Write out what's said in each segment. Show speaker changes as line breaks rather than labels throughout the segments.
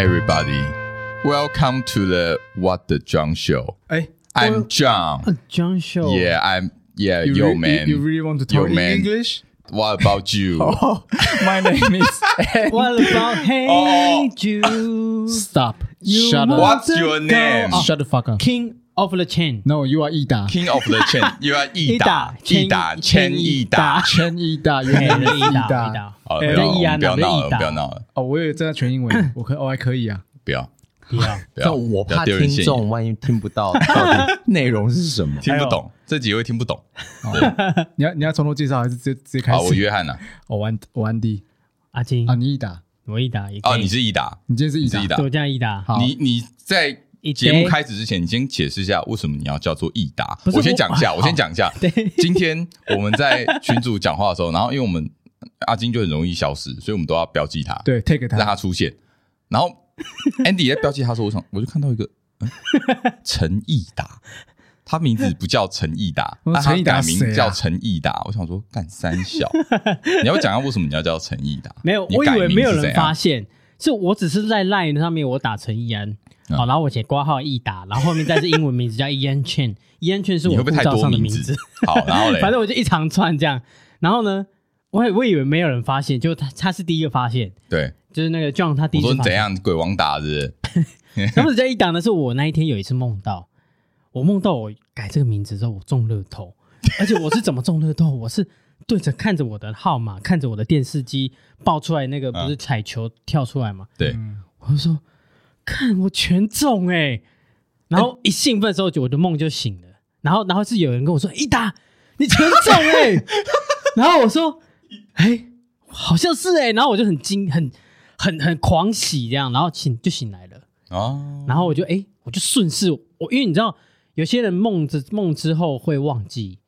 everybody. Welcome to the What the John Show.
哎
I'm John.
A John Show.
Yeah, I'm. Yeah,
you
yo,
re-
man.
you, you really want to talk
Yo,
in
man.
English?
What about you?
Oh, my name is
What about
Oh.
Hey Jude?
Stop.
You
Shut up.
want
What's your
to
name?
go-
Shut the fuck up.
King of the Chain.
No, you are 益达，
King of the Chain. You are 益达，益
千哎
达，千益达。
千益达，原来
千
是
亿
益
打，
达。
好，Oh, 不
哎
要
我在益
我
安
们不要闹了，
我在益
不
达
要闹了，
哦，我以为这要全英文，我可哦还可以啊。
不要，
不要，
不
但
要。
我
不要
怕
啊丢人
听
现眼
众万一听不 到到底内容是什么。
听不懂，
哎
这几位听不懂。
你要你要从头介绍还是直接直接开
好，啊我
始？哦
约翰呐。
我玩我安迪
阿金
啊，，你益达，
我一打也可
哎
哦，
以
你是益达，
你今天是
你
益
是
达
益达。
我叫一打，
好
你你在
一
节目
堆
开始之前，你先解释一下为什么你要叫做益达。
不是
我先
我
讲一下，
好
我先讲一下。
对，
今天我们在群主讲话的时候，然后因为我们阿金就很容易消失，所以我们都要标记他，，
对，take
让
他
他出现。然后 Andy 在标记他的时候，我想我就看到一个嗯陈益达，他名字不叫陈益 达，
我
但
说
他
陈益达
改
谁啊
名叫陈益达。我想说干三 小，你要讲一下为什么你要叫陈益达？
没有，
你
我以
改
为
名
没有
是怎啊
人
样
发现，是我只是在 LINE 上面我打成易安，
嗯
好，然后我写挂号易打，然后后面再是英文名字叫 Ian Chen，Ian Chen 是
你
我
会不
护
会太
照
多
上的
名
名
字
字，？
好，然后嘞，
反正我就一长串这样，然后呢，我也我以为没有人发现，就他他是第一个发现，
对，
就是那个 John 他第
我
一
说
次
你
发
怎
现。
样鬼王打是不是？
然后人家一档呢，是我那一天有一次梦到，我梦到我改这个名字之后，我中乐透，而且我是怎么中乐透？我是对着看着我的号码，看着我的电视机爆出来那个
嗯
不是彩球跳出来嘛，
对，
我就说看我全中哎、然
哎
后一兴奋之后，我的梦就醒了，然后然后是有人跟我说一达你全中哎、 然后我说哎、好像是哎、然后我就很惊很很很狂喜这样，然后醒就醒来了。
哦，
然后我就哎、诶我就顺势我，因为你知道有些人梦之梦之后会忘记，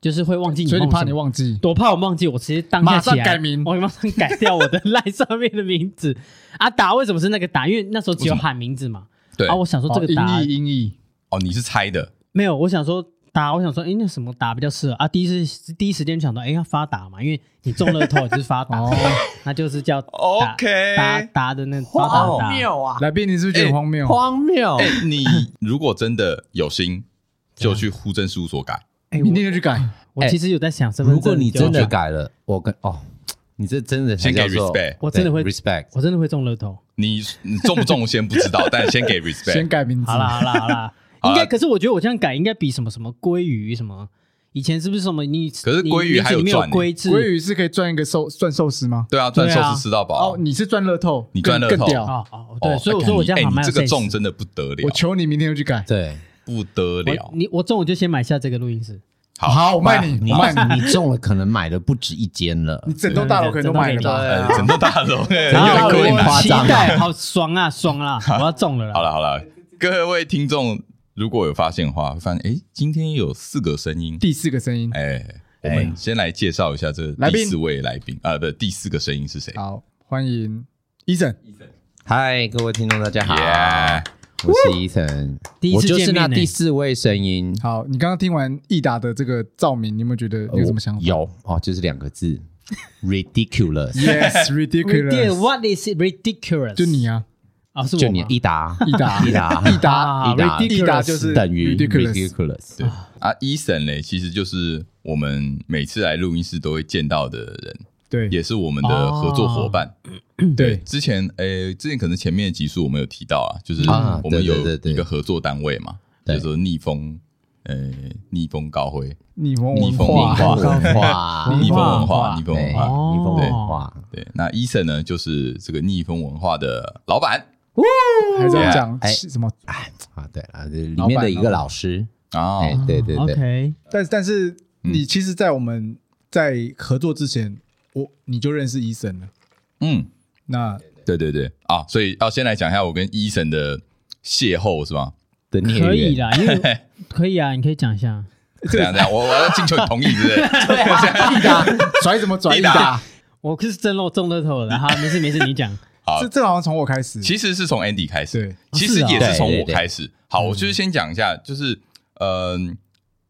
就是会忘记你
所以
梦
你怕
什么
你，忘记，
我怕我忘记，我直接当下
马上
起来
改名
我马上改掉我的赖上面的名字。 啊，打为什么是那个打？因为那时候只有
为什么
喊名字嘛。
对，
啊，我想说这
哦
个打、
音译音译，
哦，你是猜的，
没有，我想说打，我想说哎、诶那什么打比较适合啊？第一次第一时间想到哎、诶要发达嘛，因为你中乐透就是发达，
哦
那就是叫打
OK
达达的那发达的达。
啊！
来宾，你是不是觉得
哎
荒谬？
荒谬！
哎、你如果真的有 心，
啊
就去户政事务所改。
哎、
明天就去改。
我我其实有在想身份证，
如果你真
就
的改了，我跟哦，你这真的才
先给
叫做
respect
我真的会
对 respect。
我真的会中乐透。
你你中不中先不知 道，但先给
先
respect。
改名字
好，啦好啦好啦，
好啦
应该可是我觉得我这样改应该比什么什么鲑鱼什么，以前是不是什么你
可是鲑鱼
你名字
还有
里面有
钻呢
鲑字
鲑鱼是可以赚一个寿赚寿司吗？
对啊，赚
对
寿
啊
司吃到饱
哦
啊、，
你是赚乐透，
你
更
赚乐透
更屌
哦哦对，所以我
哎
说我这样
哎
好
你
蛮
这
有
个中
sense
真的不得了
我，求你明天就去改。
对，
不得
我
了。哦
你我中我就先买下这个录音室，
好
好，我卖你，
你
我卖 你，
你中了，可能买的不止一间了
你。整栋大楼可能都买了吧？
对
呃，
啊，
整个大楼 哎
然后
有点困
我
难。
期待，好爽啊 爽啊，我要中了啦！
好了好了，各位听众如果有发现的话，会发现哎、今天有四个声音，
第四个声音，
哎、我们先来介绍一下这
来
第
宾
四位来宾，呃，不，第四个声音是谁？
好，欢迎医生。
嗨，各位听众，大家好
Yeah
我是伊森，
第一
我
次
就是
见面
那
呢
第四位声音。
好，你刚刚听完益达的这个照明，你有没有觉得你有什么想法
Oh,
我有哦，就是两个 字，ridiculous。
？Yes,
Ridiculous,
ridiculous。
What is ridiculous？
就你啊，
啊，是我
就你
吗
益达，
益达
益达，
益达
啊
益达
益达就是
等于
ridiculous。
ridiculous。
对啊，伊森嘞，其实就是我们每次来录音室都会见到的人，
对
也是我们的合作伙
哦
伴。
对，
之前诶、之前可能前面的集数我们有提到啊，就是
啊
我们有
对对对
一个合作单位嘛，
对
叫做逆风，呃，逆风高辉，
逆风
逆
文
风
化
文化，
文化
逆风文化，
文化
逆风
对，
文
逆
化。
哦
风文化，
对，那伊森呢，就是这个逆风文化的老板
还在讲
Yeah 哎
什么？
哎啊，对啊，这里面的一个老师，
啊，
哎，对对对，
OK，
但但是
嗯
你其实，在我们在合作之前，我你就认识医生了。
嗯，
那
对对对啊，所以要先来讲一下我跟伊森的邂逅是吗？
的孽
可以
缘，
啦，因为 可以啊，你可以讲一下。
这样这样，我 我要请求你同意，对不对？
益达拽什么拽
益
益
达
达？
我是真漏中乐透的，好，没事没事，你讲。
好
这，这好像从我开始。
其实是从 Andy 开始，
对，
其实
是啊
也是从
对
我
对对
开始。好，我就是先讲一下，就是嗯、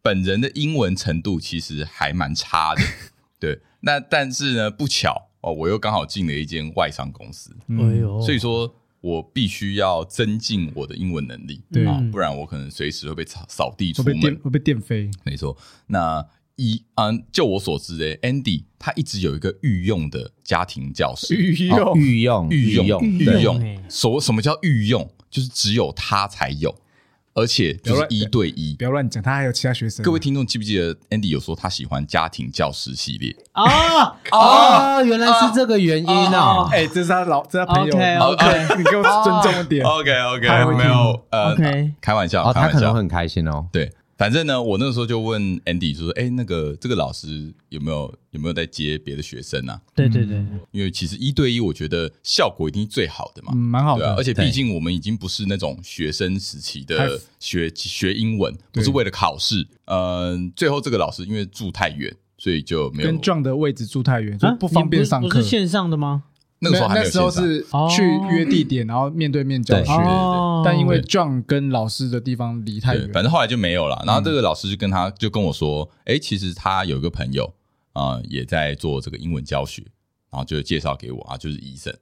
本人的英文程度其实还蛮差的，对。那但是呢，不巧哦，我又刚好进了一间外商公司，
嗯
哎呦，
所以说我必须要增进我的英文能力，
对
啊
嗯，
不然我可能随时会被扫扫地出
会被电
门。
会被电 飞，
没错，那一嗯，就我所知诶，Andy 他一直有一个御用的家庭教师，
御
哦
用
御用
御用
御
御
用
用
欸，
所什么叫御用？就是只有他才有，而且就是一对一
不。要乱讲，他还有其他学生。
各位听众记不记得 Andy 有说他喜欢家庭教师系列？
啊
哦，原来是这个原因
哦
啊！
哎，这是他老，这是他朋友，
OK，
你
OK
你给我尊重一点。
OK OK，
他会
哦
听
没有呃
OK
开玩笑，
哦，
开
他
玩
可
笑
能，很开心哦。
对，反正呢，我那个时候就问 Andy 就说：“哎、那个这个老师有没有有没有在接别的学生啊？
对对对，
因为其实一对一，我觉得效果一定是最好的嘛。
嗯，蛮好
对啊，
的
而。且毕竟我们已经不是那种学生时期
还
的学学英文，不是为了考试。嗯，最后这个老师因为住太远，所以就没有
跟。壮的位置住太远，所
啊
以不哦方便
你
上
不
课
是。线上的吗？
那个时候还没
那
有
时
线
候
上，
是去约地点，然后面对面教
对
学。
哦，
但因为
对
John 跟老师的地方离太
对，
远，嗯
反正后来就没有了。然后这个老师就跟他就跟我说：“哎、其实他有一个朋友啊、呃也在做这个英文教学，然后就介绍给我啊，就是医生。”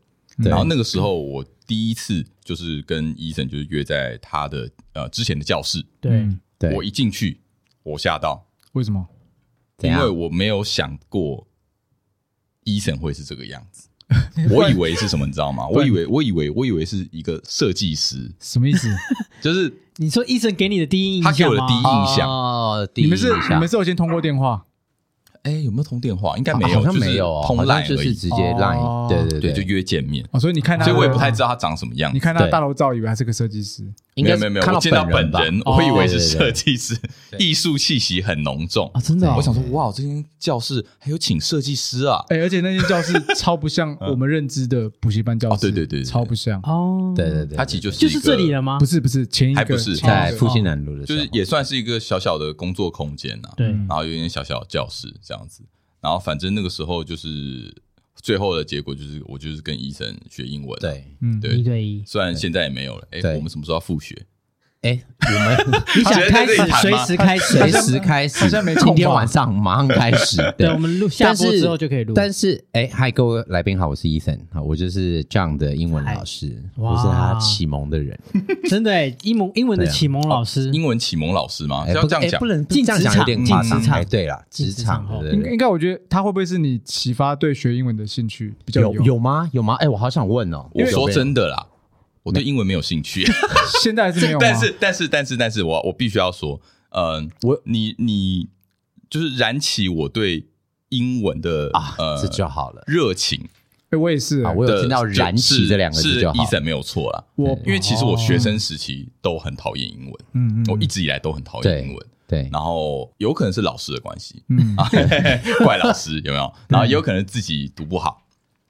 嗯
对
然后那个时候我第一次就是跟医生就是约在他的呃之前的教室，
对
嗯
对，
我一进去我吓到，
为什么？
怎
因
样
为我没有想过医生会是这个样 子。我以为是什么，你知道吗？我以为，我以为，我以为是一个设计师，
什么意 思？
就是
你说医生给你的第一印
他
象吗？
给我的第一印象。
哦，第一
你们是
印象
你们是有先通过电话？
哎，有没有通电话？应该没
好
有，
像
就是
没有哦，
通
好像
line
就
而
是
已。
直接
哦
line，对
对，
对
就约见面，
哦，所以你看他，
所以我也不太知道他长什么样
你。看他
对
大楼照以为他是个设计师，
应
没
该
有
是
没有没有，
看
我见到本
吧哦
人，我以为是
对对对
设计师，艺术气息很浓重
啊，真的哦，
我想说，哇，这间教室还有请设计师啊！
哎，而且那间 教室超不像我们认知的补习班教
嗯哦
室，
对对对对对
超不像。
哦，
对对对，
它其实
就
就是
就
一
是
个
这里了吗
不？是不是，前一个
还不是
前一个
在复兴南路的时
就
候，
是也算是一个小小的工作空间呐、
对，
然后有一点小小的教室这样子。然后反正那个时候就是最后的结果就是我就是跟医生学英文，，啊
对。
嗯，
对
一对一。
虽然现在也没有了。哎，
对
我们什么时候要复学？
哎，我们
你想
觉得
开
这
始
一盘吗
随时开始，
随时开始，
好像没空吧
今天晚上马上开始。
对，我们录下播之后就可以录。
但是，哎，嗨，各位来宾好，我是 Ethan，好，我就是 John 的英文老师，
哇
我是他启蒙的人。
真的欸，英文英文的
对啊
启蒙老师，
哦英文启蒙老师吗？
哎，
要
不
这样
哎
讲
不，能
进
这样
职
讲有点
场
夸
进
张。
职场
哎对啦，
进
职
职场
场
哦
对
应
对
该
对
应该，我觉得他会不会是你启发对学英文的兴趣比较
有有吗？有吗？哎，我好想问哦。
我说
的，
真的啦，我对英文没有兴趣。
现在还是 没有吗？
但是但是但是但是我我必须要说，嗯、我你你就是燃起我对英文的
啊
呃，
这就好了
热情
哎，我也是
啊，
哎
我
的，
有听到
就
“燃起”
是
这两个字
是
就好。
Eason 没有错啦。
我
因为其实我学生时期都很讨厌英文，
嗯嗯，
我一直以来都很讨
对
厌英文，
对，
然后有可能是老师的关系，
嗯
啊怪老师有没有？然后也有可能自己读不好，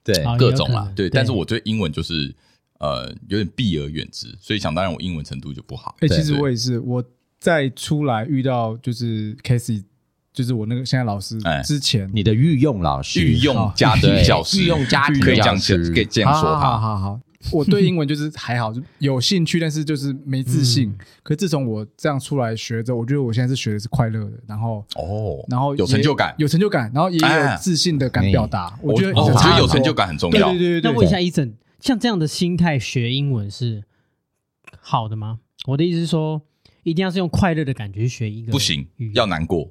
对
啊
各种
有可
啦
能，
对。但是我对英文就是呃有点避而远之，所以想当然我英文程度就不好。
哎、
对
其实我也是，我在出来遇到就是 Casey，就是我那个现在老师
哎
之前，
你的御用老师，
御用家庭
对
教师，
御用家庭
可以这样
教师
可以这样说
好好
他。
好好，我对英文就是还好，就有兴趣，但是就是没自信。
嗯
可自从我这样出来学着，我觉得我现在是学的是快乐的，然后
哦，
然后
有
也
成就感，
有成就感，然后也
哎
有自信的敢表达。
我
我觉得
我
差
觉得
很
有
多
成就，感很重
对
要
对。对
那
对
问
对。
一下伊森，像这样的心态学英文是好的吗？我的意思是说，一定要是用快乐的感觉去学一个
不行
语，言
要难过，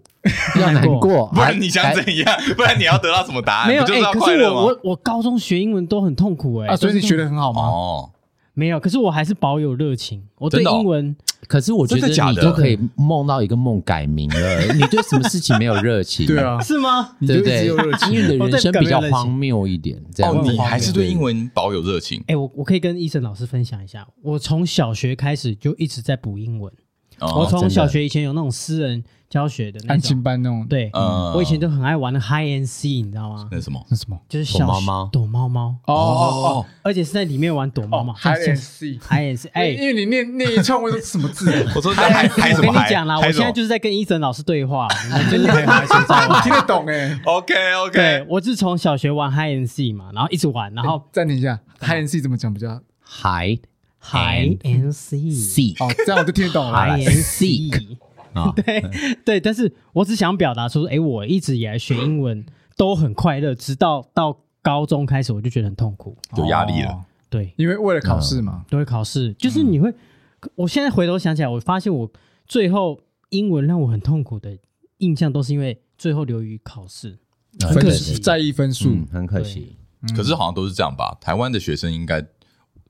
要难过， 哎
不然你想怎样？不然你要得到什么答案？
没有
不就是
哎、
要
可
快
是
乐
我
吗？
我我高中学英文都很痛苦哎、
啊，所以你
都是
学的很好吗？
哦，
没有？可是我还是保有热情，我对
真的哦
英文
哎可是我觉得
真的假的
你都可以梦到一个梦改名了，你对什么事情没有热 情？
对，啊，
是吗？
你就
对
一
不
直
对
有热？
因为
情。
你的人生比较荒谬一点，这样
哦，
子
你还是对英文保有热情
哎、我我可以跟伊森老师分享一下，我从小学开始就一直在补英文，我
哦，
真
从
的
小学以前有那种私人教学的那
安亲
种，
班那种，，
对，
嗯
我以前就很爱玩的 High and See，你知道吗？
那什么
那什么？
就是
躲
小
猫
学
猫
躲猫猫，
哦哦
哦，
而且是在里面玩躲猫猫，
哦，还
是
C，
还也是
哎，
哎
因。为你念念一串，我说什么字？
我说在嗨嗨
我
什
跟
么
你
嗨？
讲啦，我
嗨什
现
么
在就是在跟伊森老师对话，我们就
真
是
的很还存在，我听得懂哎。
OK
对
OK，
我是从小学玩 High and See 嘛，然后一直玩，然后
哎暂停一下，hide and see 怎么讲比较？哦，
hide
High and See，High
seek
这样我就听得懂了。哦
Hide
and
and
See，
seek
E
啊，
对对，但是我只想表达出，哎，我一直以来学英文都很快乐，直到到高中开始我就觉得很痛苦，
有压力了
哦。
对，
因为为了考试嘛，
都会考试，就是你
嗯
会，我现在回头想起来，我发现我最后英文让我很痛苦的印象，都是因为最后流于考试。
嗯
很
分
可
对
惜
在意分数
嗯，，很可惜。
可是好像都是这样吧？台湾的学生应该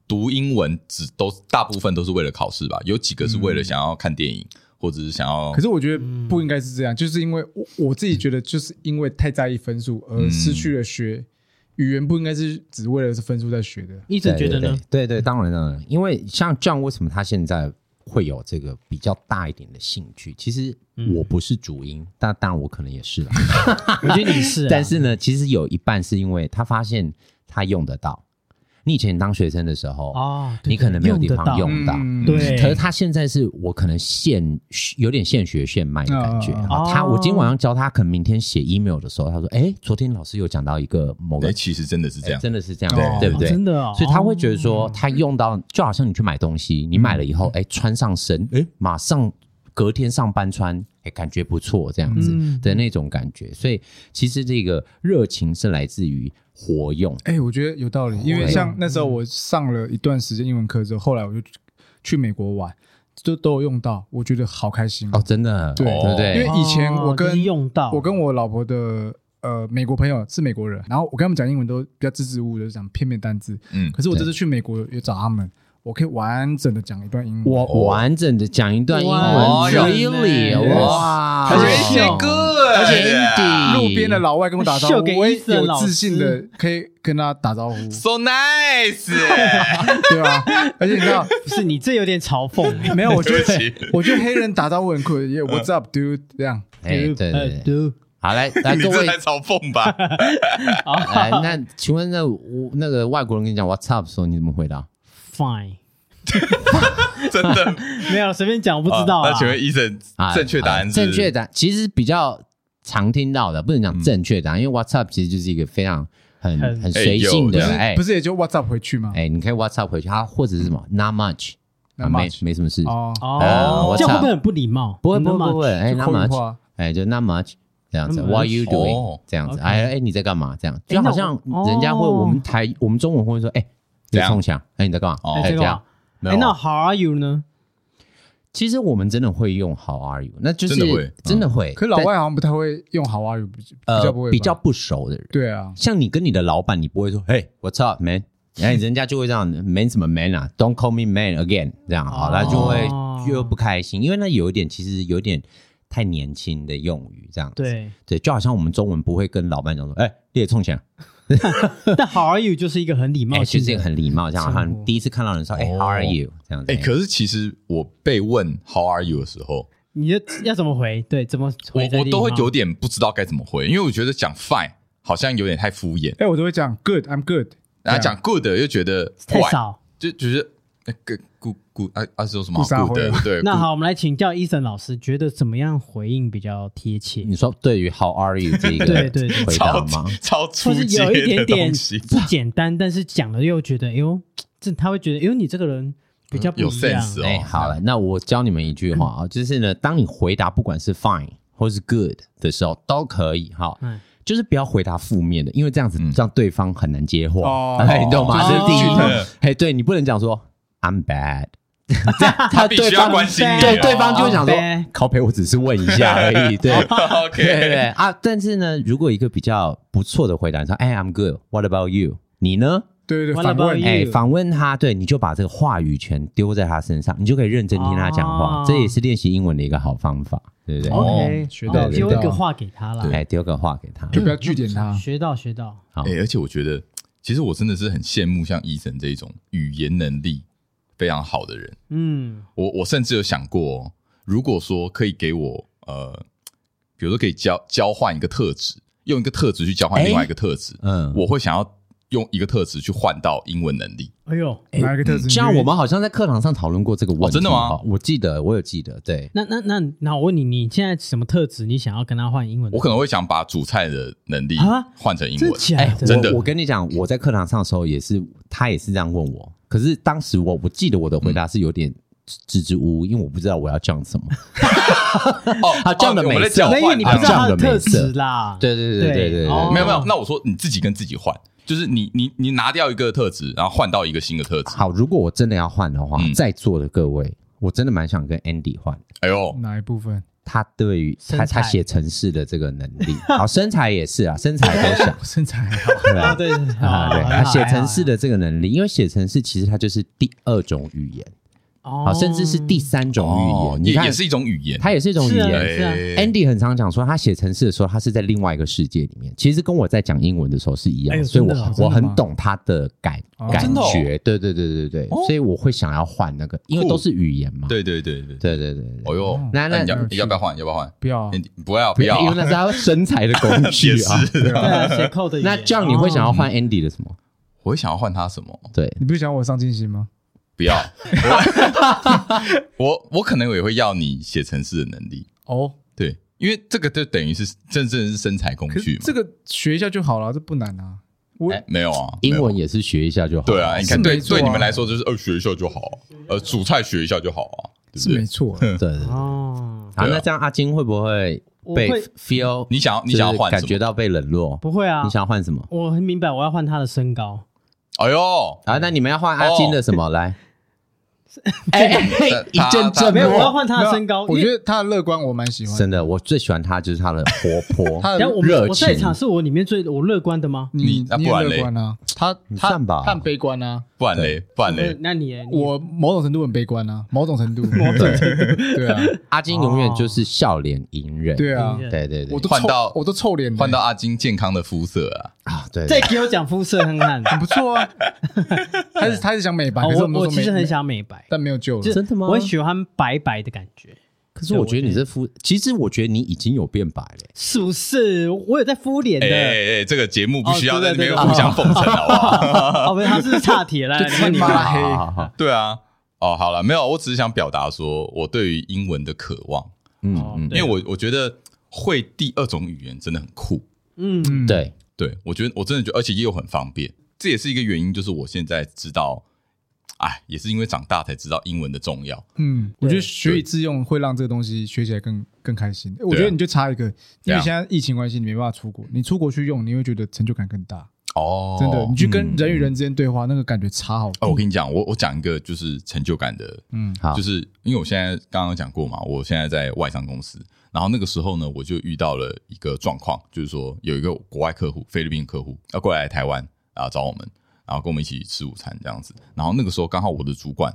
读英文只都大部分都是为了考试吧？有几个是为了想要看电影，或者是想要
可是我觉得不应该是这样，就是因为我我自己觉得，就是因为太在意分数而失去了学、语言，不应该是只为了是分数在学的。
一直觉得
对
呢？？
对对对，当然当然，因为像 John 为什么他现在会有这个比较大一点的兴趣？其实我不是主因，但当然我可能也是啦。
我觉得你是啊，
但是呢，其实有一半是因为他发现他用得到。你以前当学生的时候，
哦，对
你可能没有地方，
得到
用到。
嗯
对，哦
可是他现在是我可能现有点现学现卖的感觉
嗯
啊。他
哦
我今天晚上教他，可能明天写 email 的时候，他说：“哎，昨天老师有讲到一个某
哎、
个，
其实真的是这
哎
样，
真的是这
哦
样，对不
哦
对？”
真的哦，
所以他会觉得说，他用到就好像你去买东西，你买了以
哦
后，哎，穿上身，哎，马上隔天上班穿，哎，感觉不错这样子
嗯
的那种感觉。所以其实这个热情是来自于活用，
哎、我觉得有道理，因为像那时候我上了一段时间英文课之后，后来我就去美国玩，都都有用到，我觉得好开心
哦，真的，
对
对不
因为
对？
以前我跟
哦就是用到，
我跟我老婆的呃美国朋友是美国人，然后我跟他们讲英文都比较支支吾吾，就是讲片面单字。
嗯，
可是我这次去美国也找他们，我可以完整的讲一段英文。
我完整的讲一段英文
哇
，really，
真的
哇，
而且
秀
歌，
而且
路
Indy
边的老外跟我打招
秀
呼，
给
我也
伊森
有
老
自信的
师
可以跟他打招呼，
so nice，
对 吧、而且你知道，
不是你这有点嘲 讽欸，
没有，我觉
对不
得
起
我觉得黑人打招呼很酷，也
嗯
What's up, dude？这样，
哎，对对
呃
对对，
对，
好来 来
你
各
这
位
才嘲讽吧？
啊
来，那请问那我那个外国人跟你讲 What's up 的时候，你怎么回答？
fine，
真的
没有随便讲，我不知道
啊
啊。
那请问医生
啊，
正确答案
啊
是？
正确答案其实比较常听到的，不能讲正确答案，因为 WhatsApp 其实就是一个非常很
很
很随性的
哎，呦
哎
不是也就 What's up 回去吗？
哎，你可以 WhatsApp 回去，它或者是什么 Not much，啊
Not
没
much
没什么事，
哦，
呃
哦，
，what's
这样会不会
up？
很不礼貌？
不会不
那么
会不会，哎
就
Not
口语
much，
化，
哎就 Not much 这样子
Not much
，What are you
哦
doing 这样子，
OK
哎哎你在干嘛这样，就好像
那我
人家会
哦
我们台我们中文会说哎你
怎样
冲墙，哎你在干嘛？
哦
哎，这
哎这
个
样
嘛。
没
哎，
有
那 How are you 呢？
其实我们真的会用 How are you，那就是
真的会
真的会，
可是老
但
外好像不太会用 How are you，比比较不
呃
会吧，
比较不熟的人。
对啊，
像你跟你的老板，你不会说，嘿，What's up, man？然后人家就会这样，man 什么 man 啊，Don't call me man again，这样好，他就会又不开心，因为那有一点其实有一点太年轻的用语，这样 子
对，
对，就好像我们中文不会跟老板讲说，哎，列冲钱，
但 How are you 就是一个很礼貌
哎，
性
就
的，
是很礼貌，这样，
称
好
呼
像第一次看到人说，哎
哦
，How are you？这样子，
哎、可是其实我被问 How are you 的时候，
你就要怎么回？对，怎么
我
回才
我
礼
都会
貌
有点不知道该怎么回，因为我觉得讲 Fine 好像有点太敷衍，
哎，我都会讲 Good，I'm good，
然后讲 Good 又觉得
啊太
怪，
少。
就觉得那个 Good Good 啊啊是有什么
不撒
好
谎
Good 的？对，
那
good
好，我们来请教伊森老师，觉得怎么样回应比较贴切？
你说对于 How are you 这一个
对对对
回答
超
吗？
超
或
出
是
街
有一点
的
点
东西，
不简单，但是讲了又觉得，哎呦，这他会觉得，哎呦，你这个人比较不
有
一样。
sense 哦。
哎，好了，那我教你们一句话啊，就是呢，当你回答不管是 fine 或是 good 的时候，都可以哈
嗯，
就是不要回答负面的，因为这样子
嗯
让对方很难接话
哦，
哎，你懂吗？
就
这
是
是第
具
一
体
的
个，哎，对你不能讲说 I'm bad，这 样
他
他
必须
对
要
方
关心你，
对对方就会想说
I'm bad
靠陪我只是问一下而已，对。
OK，
对对对啊！但是呢，如果一个比较不错的回答，你说“哎，I'm good. What about you？” 你呢？
对对对，
What
反
about
问
you？
哎，访问他，对，你就把这个话语权丢在他身上，你就可以认真听他讲话，
哦
这也是练习英文的一个好方法，对不对？
哦
OK，
学到
哦
了
丢
学
一
到
个
了
话给他啦。
哎，丢个话给他，
就不要据点他。
学到学到，
好
哎、而且我觉得，其实我真的是很羡慕像医生这一种语言能力非常好的人。
嗯，
我我甚至有想过哦，如果说可以给我呃，比如说可以交交换一个特质，用一个特质去交换
哎
另外一个特质，
嗯，
我会想要用一个特质去换到英文能力。
哎呦，
哪一个特质？
这样我们好像在课堂上讨论过这个问题，
哦真的吗
哦我记得，我有记得，对，
那那那那我问你，你现在什么特质？你想要跟他换英文的？
我可能会想把煮菜的能力
啊
换成英
真
文
的。假
哎，
的？
真的
我我跟你讲，我在课堂上的时候也是，他也是这样问我，可是当时我我记得我的回答是有点支支吾吾，因为我不知道我要讲什么。
哦，
啊这样的
哦我们在
没
交
事
换，
那因为你不
啊
知道他
这样的
的特
没事
质啦。
对对对
对
对对
哦
对，
没有没有，那我说你自己跟自己换，就是你你你拿掉一个特质，然后换到一个新的特质。
好，如果我真的要换的话，
嗯
在座的各位，我真的蛮想跟 Andy 换。
哎呦，
哪一部分？
他对于他
身材
他写程式的这个能力， 好身材也是啊，身材都 想
身材还好，
对啊，
对哦哎对
啊对，他写程式
的
的这个能力，因为写程式其实它就是第二种语言，
哦
好，甚至是第三种语
哦
言，你
也
看
也是一种语言，
它也是一种语
是啊
言。
哎
是啊
Andy 很常讲说，他写程式的时候，他是在另外一个世界里面。其实跟我在讲英文的时候是一样，
哎呦
所以我
真的啊
我
真的
很
吗
懂他的感、
哦
感
真的哦
觉。对对对对对，
哦
所以我会想要换那个，因为
酷
都是语言嘛。
对对对对对。
对对对对
哦呦，
那嗯那
你要
有趣
要不要换？要不要换？
不要啊
哎
你不要不要
因为，那是他身材的工
也
具啊。
是。
对啊写 code 的语言。
那这样你会想要
哦
换 Andy 的什么？
我会想要换他什么？
对，
你不是想我上进心吗？
不要，我我我可能也会要你写程式的能力，
哦，
对，因为这个就等于是真正是身材工
可
具
是
嘛。
这个学一下就好了，这不难啊。我
哎没有啊，
英
没有
文也是学一下就好。
对啊，你看
是
对
没错啊
对你们来说就是呃学一下就好，呃煮菜学一下就好啊，对不
是没
对？
错啊，
对对对。
哦，
好，
对啊
那这样阿金会不会
我
哦被
会
feel？
你想要你想要换
感
什
觉
么？
到被冷落？
不会啊？
你想要换什么？
我很明白，我要换他的身高。
哎呦，
啊，那你们要换阿金的什么？来，哎哎哎
他
一阵
他
正
没有，我
默
要。换他的身高。
我
啊
因为
觉得他的乐观我蛮喜欢的。
真的，我最喜欢他就是他的活
他
泼。
的
等一下我
热
们我在
情
场是我里面最我乐观的吗？
你
你
那
你
不
也
然嘞
乐观啊，他
你
他
算吧
他很悲观啊，
不然嘞，不然嘞，
那你耶你
我某种程度很悲观啊，某种程度，某种程度， 对啊，
阿金永远就是笑脸隐忍。
对啊
隐，忍
对对对，
我都
换
臭
到
我都臭脸了，
换到阿金健康的肤色啊，
啊，对，
再
对
给我讲肤色很 看。
很不错 啊。他是他是想美白，
哦
可是
我
们都
我
说
其实
美
很，想美白
美，但没有救
就
了。
真的吗
我很喜欢白白的感觉，
可是我觉得你这肤，其实我觉得你已经有变白了。欸
是不是？我有在敷脸
哎
的。
哎哎，这个节目不需要
哦
在
对
那边
对对
互相奉承，好不好？
哦，不是，他是差题 来，来哎你换你
骂
吧。
他黑
好好好，
对啊，哦，好了，没有，我只是想表达说我对于英文的渴望，
嗯
哦
嗯，
因为
对
我我觉得会第二种语言真的很酷，
嗯，
嗯，
对，
对我觉得我真的觉得，而且又很方便，这也是一个原因，就是我现在知道，哎，也是因为长大才知道英文的重要。
嗯，我觉
对
得学以致用会让这个东西学起来更更开心。我觉得你就差一个，因
啊对啊
为现在疫情关系，你没办法出国，你出国去用，你会觉得成就感更大。
哦
真的，你去跟
嗯
人与人之间对话，那个感觉差好
哦，我
多。
跟你讲，我我讲一个就是成就感的，
嗯，
好
就是因为我现在刚刚讲过嘛，我现在在外商公司，然后那个时候呢，我就遇到了一个状况，就是说有一个国外客户，菲律宾客户要过来台湾啊找我们，然后跟我们一起吃午餐这样子，然后那个时候刚好我的主管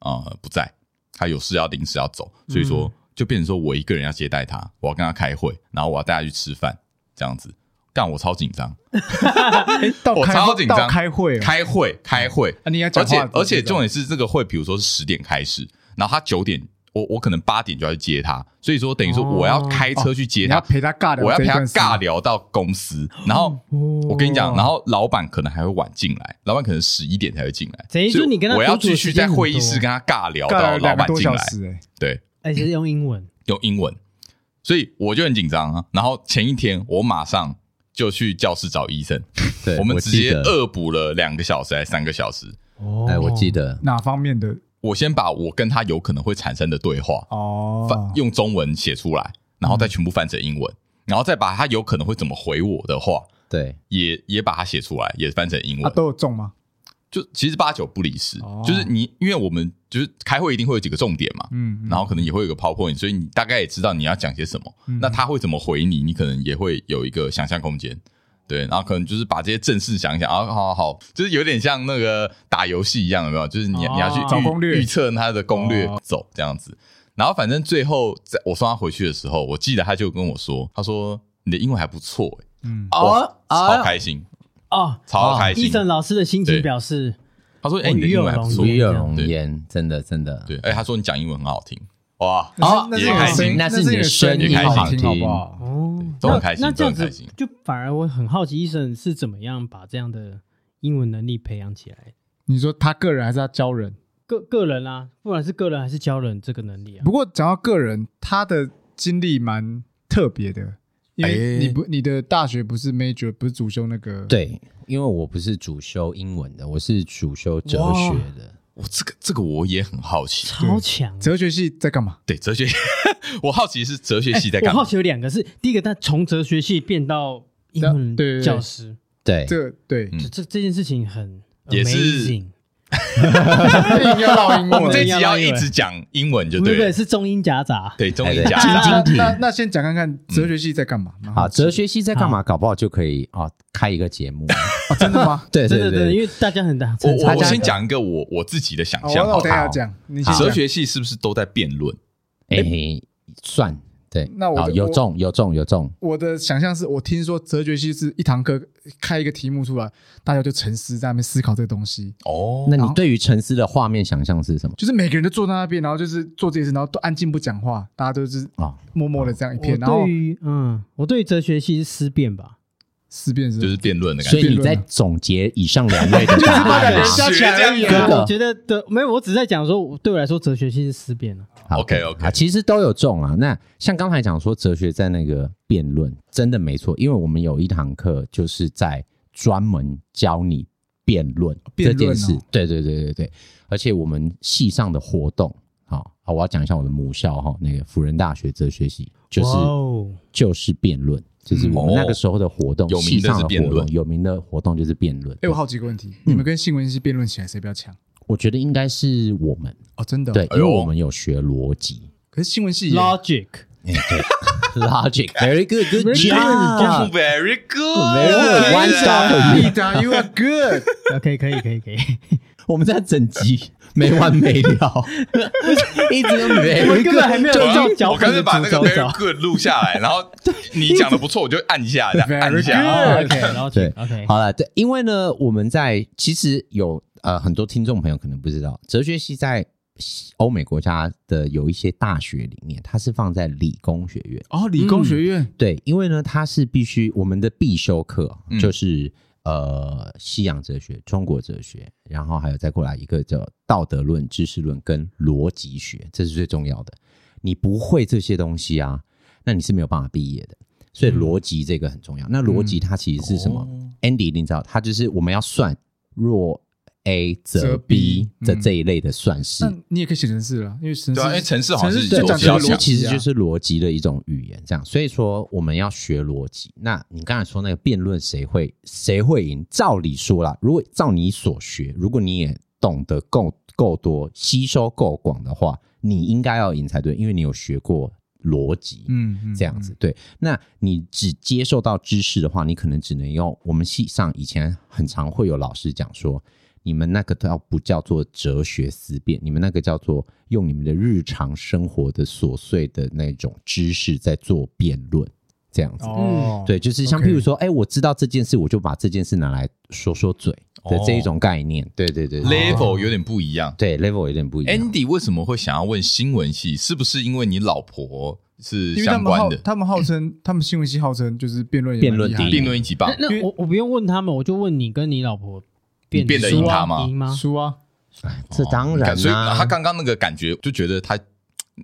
啊、呃不在，他有事要临时要走，所以
嗯
说就变成说我一个人要接待他，我要跟他开会，然后我要带他去吃饭这样子，干我超紧张，
到
我
开
超
会
紧张
到开会哦，
开会，开会，
啊你要讲
而且
话
而且
这种
重点是这个会，比如说是十点开始，然后他九点，我我可能八点就要去接他，所以说等于说我要开车去接
哦你
他，
要陪他尬聊，
我要陪他尬。聊到公司，然后
哦
我跟你讲，然后老板可能还会晚进来，老板可能十一点才会进来，
等于说
所以
你跟他
我要
独处的
继续
时间
在
很
会议
多
室跟他尬聊
尬
到
聊
老
两个
板
多
进
小
来，
时，哎，
对，
而且是用英文。
用英文，所以我就很紧张啊。然后前一天我马上就去教室找医生，
对，
我们直接
记得，
恶补了两个小时还是三个小时。
哦
哎，我记得，
哪方面的？
我先把我跟他有可能会产生的对话翻
哦，
用中文写出来，然后再全部翻成英文，然后再把他有可能会怎么回我的话，
对，
也也把它写出来，也翻成英
啊，
文。
都有中吗？
就其实八九不离十
哦，
就是你因为我们就是开会一定会有几个重点嘛，
嗯，嗯
然后可能也会有个 PowerPoint，所以你大概也知道你要讲些什么。
嗯
那他会怎么回你，你可能也会有一个想象空间。对，然后可能就是把这些正事想一想啊，好好好，就是有点像那个打游戏一样，有没有？就是你、
哦
你要去
找攻
预
略哦
预测他的攻略走这样子。然后反正最后在我送他回去的时候，我记得他就跟我说，他说你的英文还不错、欸，
嗯，
哦，超开心，
哦，
超开
伊
心。
森老师的心
对
情表示，
他说，哎、
哦
你的
鱼
英
有
文还不
龙
错，
鱼
鱼
有
有
容
容
颜，真的真的，
对，哎、他说你讲英文很好听，哇，
哦
那是
啊也
那
开
是
心
你的声
那是你的
那
声
声
音
好
好
听，好
听
不好？
哦，
都很开心
那那这样
都很开
子
心
就反而我很好奇，伊森是怎么样把这样的英文能力培养起来的？
你说他个人还是他教人？
个个人啊，不管是个人还是教人，这个能力啊
不，过讲到个人，他的经历蛮特别的，因为
哎
你不你的大学不是 major 不是主修那个，，
对，因为我不是主修英文的，我是主修哲学的，
我这个这个我也很好奇。
超强。啊
哲学系在干嘛？
对，哲学， 我好奇是哲学系在
我
干
好
嘛？
奇有两个是，第一个他从哲学系变到英文
对对对
教师，
对，
这对，
嗯
这这这件事情很
也是
amazing
硬要唠英
我 们这一
文。
集啊要一直讲英文就
不
对
是不
了
是，是中英夹杂，
对，中英
哎
夹杂。
那
对晶体
那那先讲看
嗯
看哲学系在干嘛？蛮
好，
奇的
哲学系在干嘛？搞不好就可以啊，开一个节目。
哦真的 吗？
对
真
对
的真的，因为大家很大，
我
很
我我先讲一个我我自己的想
好，
象
那
好
哦
了
我等一下讲，你先
哲
讲。
学系是不是都在辩论？
哎，算对。
那我
好
的
有
我
中有中有中，
我的想象是我听说哲学系是一堂课开一个题目出来，大家就沉思在那边思考这个东西，
哦，
那你对于沉思的画面想象是什么
就是每个人都坐在那边，然后就是做这些事，然后都安静不讲话，大家都是
啊？
默默的这样
哦
一
我
片，然后
对于嗯，我对于哲学系是思辨吧，
思辨是
就是辩论的感
所
觉。
以你在总结以上两位的答
把
案
人
吗
加起来而已啊
真的
我觉得的没有，我只是在讲说，我对我来说哲学系是思辨啊，
好
OK，OK
啊，其实都有中啊。那像刚才讲说哲学在那个辩论，真的没错，因为我们有一堂课就是在专门教你辩论
辩
这
论哦
件事。对对对对对，而且我们系上的活动，好啊，我要讲一下我的母校哈，那个辅仁大学哲学系，就是
哇哦
就是辩论，就是我们那个时候的活动，
嗯哦
系上的
有名的是辩
活
论
动，有名的活动就是辩论。
哎，我好几个问题，
嗯
你们跟新闻系辩论起来谁比较强？
我觉得应该是我们
哦，真的哦。
对，
哎
因为
呦
我们有学逻辑。
可是新闻系也
，logic，
Logic, very good, good
Very
job.
Very good,
Very good. One star for you.
你的 you are good。
可以可以可以可以，
我们在整集没完没了，哎一直用 very
我们根本还没有
就
照脚
我刚才
本的
把那
主
个
轴
very
走。
good 录下来，然后你讲的不错，我就按一下，这样
Very
按一 下。
哦 OK，然后
对
OK，
好了，对，因为呢，我们在其实有呃很多听众朋友可能不知道，哲学系在欧美国家的有一些大学里面，它是放在理工学院。
哦，理工学院
对，因为呢，它是必须我们的必修课
嗯
就是、呃西洋哲学、中国哲学，然后还有再过来一个叫道德论、知识论跟逻辑学，这是最重要的。你不会这些东西啊，那你是没有办法毕业的。所以
嗯
逻辑这个很重要。那逻辑它其实是什么、a
哦
n d y 一定知道，它就是我们要算若 A 则
则
B
B，
的
嗯
这一类的算式。
那你也可以写程式了，因为程式
对啊因为程式好像是
程
有
式讲
讲
比较
究
逻
像
辑
逻
其
辑
实
啊，
就是逻辑的一种语言，这样。所以说我们要学逻辑。那你刚才说那个辩论谁会谁会赢？照理说啦，如果照你所学，如果你也懂得够够多，吸收够广的话，你应该要赢才对，因为你有学过逻辑。
嗯嗯
这样子。对，那你只接受到知识的话，你可能只能用我们系上以前很常会有老师讲说，你们那个倒不叫做哲学思辨，你们那个叫做用你们的日常生活的琐碎的那种知识在做辩论，这样子。
哦，
嗯对，就是像
OK
譬如说，哎、我知道这件事，我就把这件事拿来说说嘴的
哦
这一种概念。对对对
哦
对
Level 有点不一样。
对 level 有点不一样。
Andy 为什么会想要问新闻系？是不是因为你老婆是
因为他
相
们
关
号
的？
他们号称他们新闻系号称就是辩论也
辩论
蛮厉害的
第一
辩论一级棒
那，那我我不用问他们，我就问你跟你老婆变
你变得赢他吗
输赢吗？
输啊，
这当然啊
所以
啦、
哦他刚刚那个感觉，就觉得他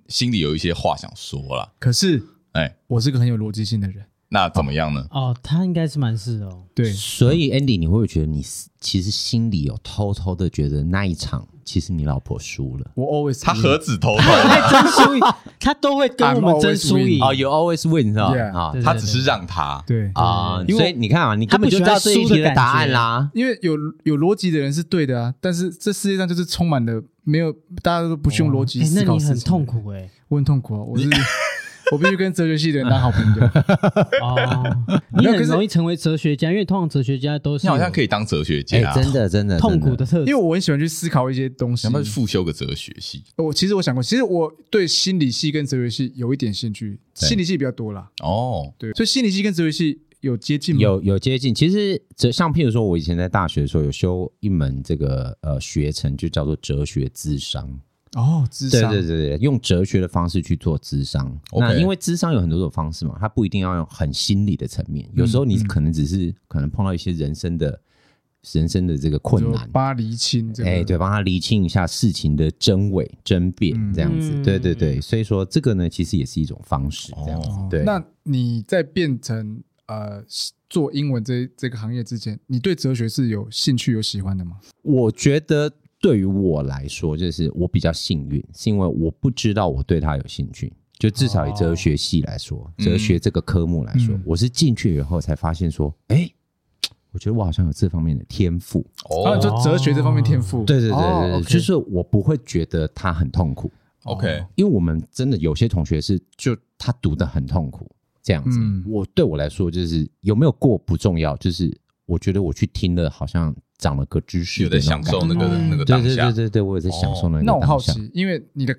心里有一些话想说了。
可是
哎，
我是个很有逻辑性的人，
那怎么样呢？
哦，他应该是蛮是的哦。
对，
所以 Andy，你会不会觉得你是其实心里有偷偷的觉得那一场其实你老婆输了？
我 always
他何止头
他有
痛，
在争输赢，他都会跟我们争输
I'm
赢
嗯。
哦、y o u always win 是吧？
Yeah
啊
对
他只是让他
对
啊，
因为
所以你看啊，你根本就知道这一
他不
题
喜欢输的
答案啦。
因为有有逻辑的人是对的啊，但是这世界上就是充满了没有大家都不是
哦
用逻辑
哎
思
那
考
你
事情的
很
人
痛，苦哎。
我很痛苦啊，我 是我必须跟哲学系的人当好朋友，
哦，你
没有
很
可是
容易成为哲学家，因为通常哲学家都是
你好像
有
可以当哲学
哎、
家啊，
真的真的
痛苦
真
的特质，
因为我很喜欢去思考一些东西
想。不想复修个哲学系？
我其实我想过，其实我对心理系跟哲学系有一点兴趣，心理系比较多啦，
哦，
对，所以心理系跟哲学系有接近吗？
有有接近。其实哲像譬如说，我以前在大学的时候有修一门这个呃学程，就叫做哲学智商。
哦，智
对
商
对对对，用哲学的方式去做智商。
OK
那因为智商有很多种方式嘛，它不一定要用很心理的层面，有时候
嗯
你可能只是、可能碰到一些人生的人生的这个困
就
难。
巴黎亲这个，
哎，对，帮他厘清一下事情的真伪、真辩这样子，
嗯
对对对，所以说这个呢，其实也是一种方式，这样子，
哦
对。
那你在变成呃做英文这这个行业之前，你对哲学是有兴趣有喜欢的吗？
我觉得对于我来说，就是我比较幸运，是因为我不知道我对他有兴趣。就至少以哲学系来说，哲学这个科目来说，
嗯
我是进去以后才发现说，哎、我觉得我好像有这方面的天赋。
啊，
哦
就哲学这方面天赋，
对对对
哦
对对，
，OK
就是我不会觉得他很痛苦，
，OK，
因为我们真的有些同学是就他读的很痛苦这样子。
嗯
我对我来说就是有没有过不重要，就是我觉得我去听了好像长了个知识
有
的
在
那种
享
感
受
觉，
那个
嗯
那个
对
当
对
下
对，对对，我也在享受那个
哦那我
当
好
下
奇，因为你的，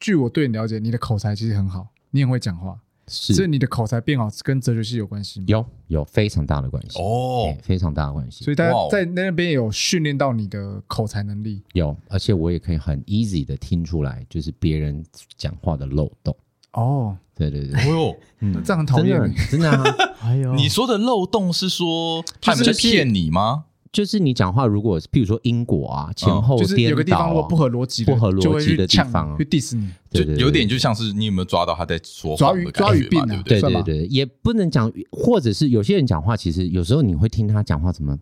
据我对你了解，你的口才其实很好，你很会讲话，所以
是
你的口才变好跟哲学系有关系吗？
有有非常大的关系
哦
对，非常大的关系
所以大家
哇哦
在那边有训练到你的口才能力，
有，而且我也可以很 easy 的听出来，就是别人讲话的漏洞。
哦，
对对对，
哎呦，
嗯，
这样很讨
真
厌
的
欸。
真的啊，
哎呦，
你说的漏洞是说他们在骗你吗？
就是你讲话如果譬如说因果啊，前
嗯
后
哦就是
颠
有个地
倒
方如果
啊
不合逻辑的，
不合逻辑
就会去
的地
呛
方啊
去 diss 你。
就
对对对
有点就像是你有没有抓到他在说谎的
抓
感觉嘛，
鱼抓鱼病啊
对不
对
对？
算
对
吧
对，也不能讲，或者是有些人讲话，其实有时候你会听他讲话怎么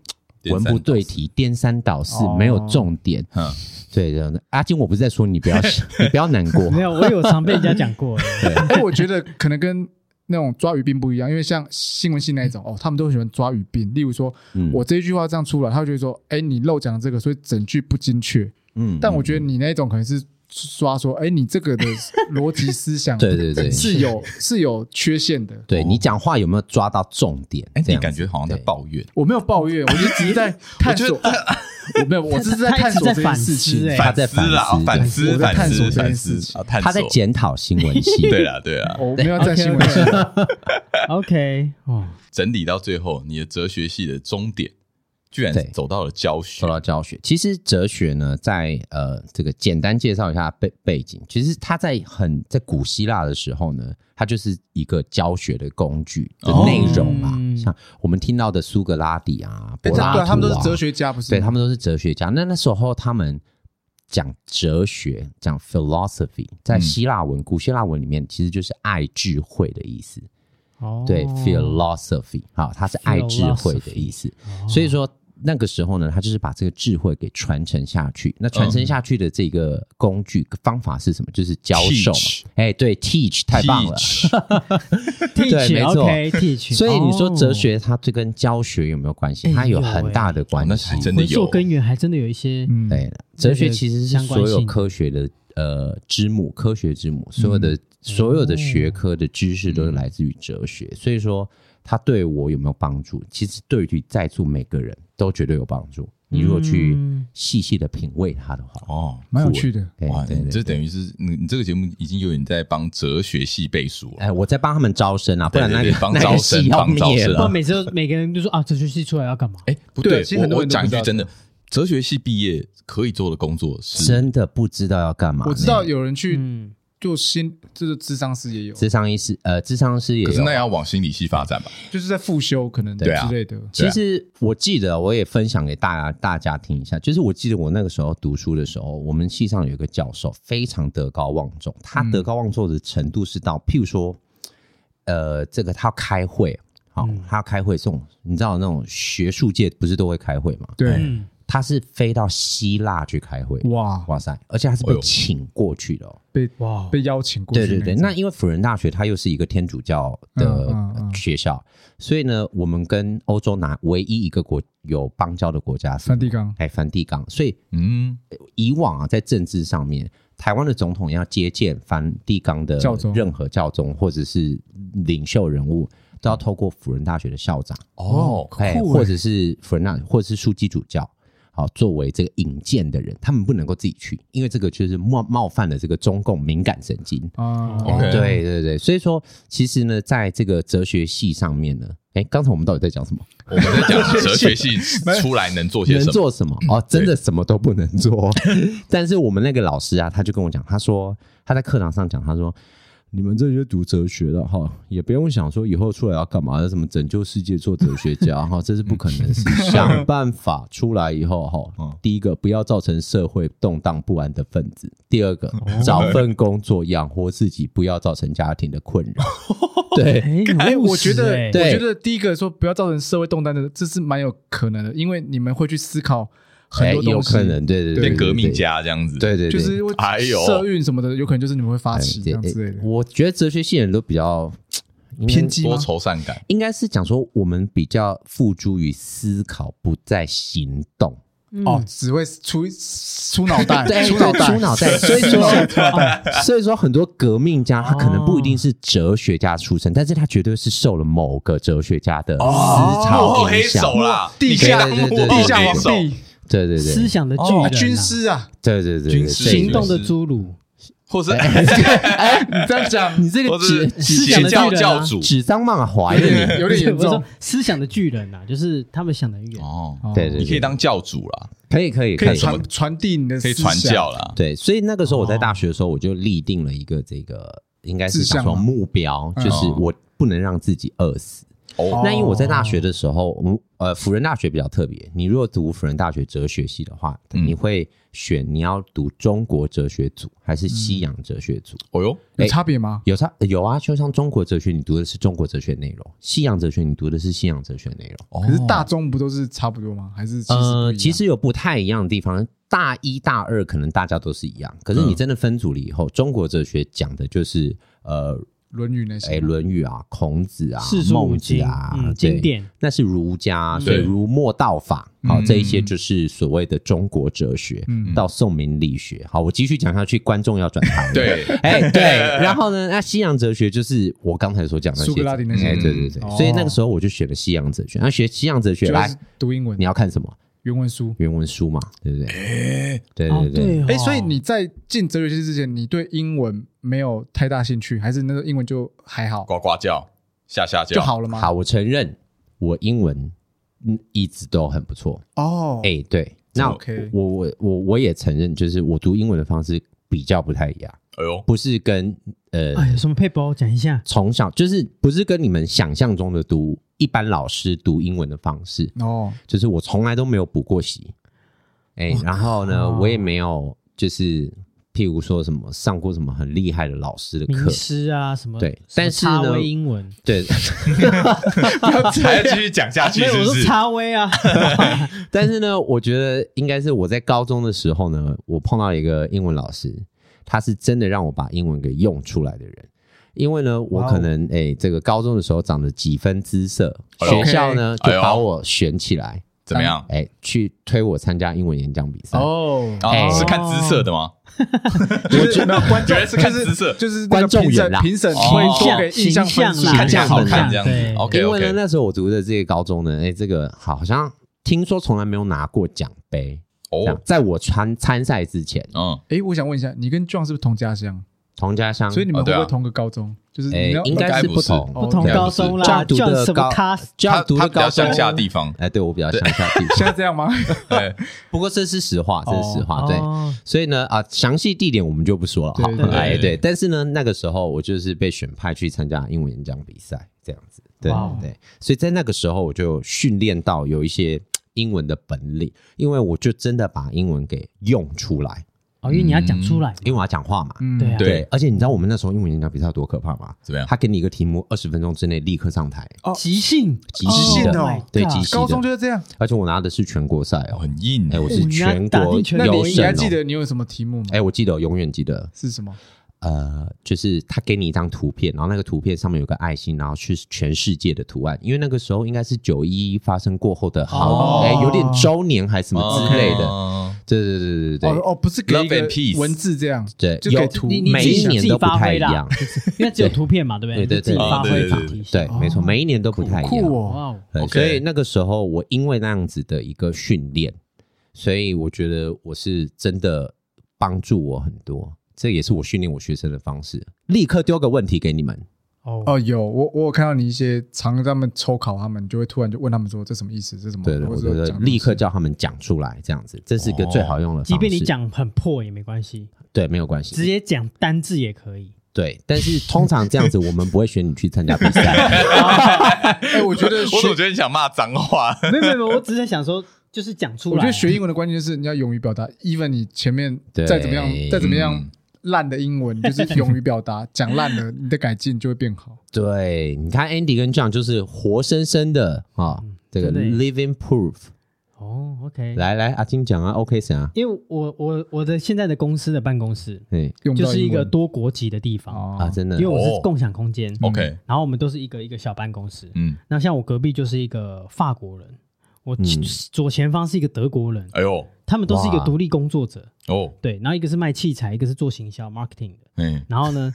文不对题、颠三倒四
哦，
没有重点。
嗯
对的，阿金，我不是在说 你不要，你不要难过。
没有，我有常被人家讲过，欸
哎，我觉得可能跟那种抓鱼病不一样，因为像新闻系那一种，哦，他们都很喜欢抓鱼病。例如说，
嗯
我这一句话这样出来，他会觉得说，哎，你漏讲了这个，所以整句不精确。
嗯
但我觉
得
得你那一种可能是刷说，哎，你这个的逻辑思想，
对对对
是有是有缺陷的。
对你讲话有没有抓到重点？
哎，
这
你
样
感觉好像在
对
抱怨，
我没有抱怨，我就只是在探索。我没有， 我只是在
他他
探
一直
索这
在
件
反
事
思
情
哎。
他在
思啦，
反
反
思
思，
我在
反
探啊索
思，
这件
反
事
思
情
啊，探
他在
索。
检讨新闻 系。
对 啦，对啊啦，
哦我没有在新闻系
OK，OK OK，哦，
整理到最后，你的哲学系的终点居然
对
走到了教学
说，到教学，其实哲学呢，在呃这个简单介绍一下背背景，其实它在很在古希腊的时候呢，它就是一个教学的工具的
哦
内容嘛，
嗯
像我们听到的苏格拉底啊、
哎
柏
这
拉图
对
啊，
他们都是哲，学家，不是吗？
对他们都是哲学家。那那时候他们讲哲学，讲 philosophy，在
嗯
希腊文、古希腊文里面，其实就是爱智慧的意思。
哦
对、philosophy，好，它是爱智慧的意思。
哦
所以说那个时候呢，他就是把这个智慧给传承下去。那传承下去的这个工具、方法是什么？就是教授
Teach
嘛。哎，对，teach 太棒了。 对没
teach
错
OK teach，
所以你说哲
哦
学它这跟教学有没有关系？
哎
它有
有
很
哎
大的关
哦那
系
还。真的
回
有
溯根源还真的有一些，
嗯，
对，哲学
这个
其实是
相关
所有
性
科学的呃之母，科学之母，所有的、
嗯
所有
哦
的学科的知识都是来自于哲学，所以说它对我有没有帮助，其实对于在座每个人都绝对有帮助。你如果去
嗯
细细的品味它的话，
哦。
蛮有趣的。
对
哇，
对
你
对
这等于是你你这个节目已经有点在帮哲学系背书了。
哎，我在帮他们招生啊，不然那
对对
个
对帮
那个
招
系
生
要
帮招
灭
生
不然哦
了。
每次都每个人就说啊，哲学系出来要干嘛？
哎，不
对
对
其，实很
我
多
我
人都不
讲一
知
句
道
真的，哲学系毕业可以做的工作是
真的哦不知道要干嘛呢。
我知道有人去
嗯，
做心，就是智商师也有，
智商医师，呃，智商师也
可是
有
那要往心理系发展吧？
就是在复修可能之
对啊
类的。
对
其
啊
实我记得，我也分享给大家大家听一下。就是我记得我那个时候读书的时候，我们系上有一个教授非常德高望重，他德高望重的程度是到，譬如说，呃，这个他要开会，好、
嗯
他要开会这种，你知道那种学术界不是都会开会吗？哎
对，
嗯，
他是飞到希腊去开会，
哇，
哇塞！而且他是
哎
被
呦
请过去的、哦。
被
哇，
被邀请过
对
去。
对对，那因为辅仁大学它又是一个天主教的
嗯嗯嗯
学校，所以呢，我们跟欧洲哪唯一一个国有邦交的国家是
梵蒂冈
哎，梵蒂冈。所以
嗯，
以往啊，在政治上面，台湾的总统要接见梵蒂冈的
教宗
任何教宗或者是领袖人物，都要透过辅仁大学的校长，
哦，
哎，
欸
或者是辅仁大，或者是枢机主教。好，作为这个引荐的人，他们不能够自己去，因为这个就是冒冒犯了这个中共敏感神经。
啊
OK
哦对对对，所以说其实呢，在这个哲学系上面呢，哎，刚才我们到底在讲什么？
我们在 讲哲学系出来能做些
能
什么？
做什么？哦，真的什么都不能做。但是我们那个老师啊，他就跟我讲，他说他在课堂上讲，他说。你们这些读哲学的哈，也不用想说以后出来要干嘛，要什么拯救世界做哲学家哈，这是不可能的事。想办法出来以后哈，第一个不要造成社会动荡不安的分子，第二个找份工作养活自己，不要造成家庭的困扰。对，
哎，
哎，
很务
我觉
实
得，
哎
我觉
对
得第一个说不要造成社会动荡的，这是蛮有可能的，因为你们会去思考很多
哎有
东西
可，能，对对对，
变
对
革命，家这样子。
对对对，
就是会
哎呦
社运什么的，有可能就是你们会发
哎
起这
对
样
哎
之类的，
我觉得哲学系的人都比较
偏激吗
多？愁善感，
应该是讲说，我们比较付诸于思考，不在行动。
哦，
嗯
只会出出脑袋，
对，
出脑
对
袋
出，脑袋。所以说， 所以说很多革命家他可能不一定是哲学家出身，但是他绝对是受了某个哲学家的思
幕后
潮
黑
影响。
手啦，
地下
啊你可以当幕哦后
地下
黑
皇
手，
帝，
对对
思
对，
想的巨人
啊
啊，
军师啊，
对对对
军
对，
事
所以
行动的侏儒，
或是
哎，你这样讲，你这
或
个
是
指
思
邪
想的
教
巨人
教
啊
主
指桑骂槐
有
的你，
点有点严
我是说
重，
思想的巨人啊，就是他们想的远。
哦，
对对，
你可以当教主啦，
可以可以
可以
什么
传传递你的
可以
思
传
想
教啦，
对，所以那个时候我在大学的时候，我就立定了一个这个应该
志
是
向
想说
吗
目标，就是
嗯
我不能让自己饿死。
哦
那因为我在大学的时候，我们呃辅仁大学比较特别，你如果读辅仁大学哲学系的话，
嗯
你会选你要读中国哲学组还是西洋哲学组？
哦哟，
哎
有差别吗？
有差有啊，就像中国哲学，你读的是中国哲学内容；西洋哲学，你读的是西洋哲学内容。
可
哦
是大中不都是差不多吗？还是其实不一
呃，
样
其实有不太一样的地方。大一、大二可能大家都是一样，可是你
嗯
真的分组了以后，中国哲学讲的就是呃，
《论语》那
哎，
些
《
吗，
论语》啊，孔子啊
世，书五
孟子
经
啊，
嗯，
对
经典
那是儒家，所
对。，
以儒墨道法，好、
嗯
这一些就是所谓的中国哲学，
嗯
到宋明理学。好，我继续讲下去，观众要转台
对，
哎，对，然后呢，那西洋哲学就是我刚才所讲的
苏格拉底那些
哎，对对对，
嗯
所以那个时候我就选了西洋哲学。那学西洋哲学，
就
来
是，读英文
你要看什么？
原文书。
原文书嘛，对不对？对
哦
对，对，
哦
哎，所以你在进哲学系之前，你对英文没有太大兴趣，还是那个英文就还好
呱呱叫，下下叫
就，好了吗？
好，我承认我英文嗯一直都很不错，
哦，
哎、对，那
OK
我我我我也承认，就是我读英文的方式比较不太一样，
哎呦，
不是跟呃
哎有什么配包讲一下？
从小就是不是跟你们想象中的读一般老师读英文的方式，
哦，
就是我从来都没有补过习，哎、然后呢，我也没有就是譬如说什么上过什么很厉害的老师的
名
课，
师啊，什么
对
什么
但是
插
呢
威英文，
对，
还要继续讲下去
没有
是
我
不
说
是？
插威
哦
啊，
但是呢，我觉得应该是我在高中的时候呢，我碰到一个英文老师，他是真的让我把英文给用出来的人。因为呢，我
哇哦
可能诶、这个高中的时候长得几分姿色，
哎呦
学校呢就
哎呦
把我选起来，
怎么样？
诶、去推我参加英文演讲比赛。
哦，
啊，
哎
是看姿色的吗？
我觉 得观众
原来是看姿色
就是
观众
人
缘啦
评审
哦
会多给印象分数
形象啦
看起来好看这样子
对。
OK
因为呢，
OK，
那时候我读的这个高中呢，诶、哎这个好像听说从来没有拿过奖杯。这样
哦，
在我参参赛之前，
嗯，
哎，我想问一下，你跟 John 是不是同家乡？
童家乡，
所以你们
哦
会
对啊
不会同个高中？就是你
诶、
要
应该是不同，
哦
不同高中啦，
这样
叫
读的
什么
高
咖？
这
他
样读
他
的
比较
高中
乡下的地 方，
哎，对我比较乡下地
现
方，
在这样吗？
对，
不过这是实话，这是实话，对。
哦
所以呢，啊，详细地点我们就不说了哈
对对。对
哎，
对
对，但是呢，那个时候我就是被选派去参加英文演讲比赛，这样子，对
哇哦
对。所以在那个时候，我就训练到有一些嘖英文的本领，因为我就真的把英文给用出来，
哦，因为你要讲出来，
因为我要讲话嘛。
嗯，
对啊
对嗯
而且你知道我们那时候英文演讲比赛有多可怕吗？
怎么样
他给你一个题目，二十分钟之内立刻上台，
哦即兴，
即兴
的
Oh my
对
God
即兴
高中就是这样。
而且我拿的是全国赛
哦
哦。
很硬
哎，我是
哦你要
全
打
国
进全
那
国
优
你你
胜
还
哦。
记得你有什么题目吗？
哎、我记得，我永远记得，
是什么？
呃，就是他给你一张图片，然后那个图片上面有个爱心，然后是全世界的图案，因为那个时候应该是九一一发生过后的好，
哦
哎、有点周年还是什么之类的，
哦
对对对对对
哦哦，不是给一
Love and
个
peace
文字这样，
对，
就
有
给图
你你
每
自己
一
想
年
自己
都不
发
太
挥
一
啦
样，
因为只有图片嘛，对不
对
你
对
就自己
对
发挥
对
主
对
题。
对，没错，
哦
每一年都不太一样。
酷哦！
哇哦，
对
OK
所以那个时候我因为那样子的一个训练，所以我觉得我是真的帮助我很多，这也是我训练我学生的方式。立刻丢个问题给你们，
哦，
哦，有我我有看到你一些常他们抽考他们，就会突然就问他们说这什么意思，这什么？
对的，
或
我
者说
觉得
讲
立刻
东西
叫他们讲出来，这样子，这是一个
哦
最好用的方式。
即便你讲很破也没关系，
对没有关
直
系，
接讲单字也可以。
对，但是通常这样子我们不会选你去参加比 赛，
哎，我 觉得
我
学
总觉得你想骂脏话，
没有没有没有，我只是在想说，就是讲出来啊。
我觉得学英文的关键就是你要勇于表达，even 你前面
对
再怎么样再怎么样
嗯
烂的英文，就是勇于表达，讲烂了你的改进就会变好。
对，你看 Andy 跟 John 就是活生生的啊，这个
嗯真的耶
living proof
哦，OK，
来来，阿金讲啊，OK 神啊，
因为我我我的现在的公司的办公室
哎
用不
就
到
是一
英
个
文
多国籍的地方，
哦
啊，真的
因为，我是
哦
共享空间，
OK，
然后我们都是一个一个小办公室。
嗯，
那像我隔壁就是一个法国人，我
嗯
左前方是一个德国人，
哎呦，
他们都是一个
哇
独立工作者，
哦，
对，然后一个是卖器材，一个是做行销 marketing 的，
嗯，
然后呢，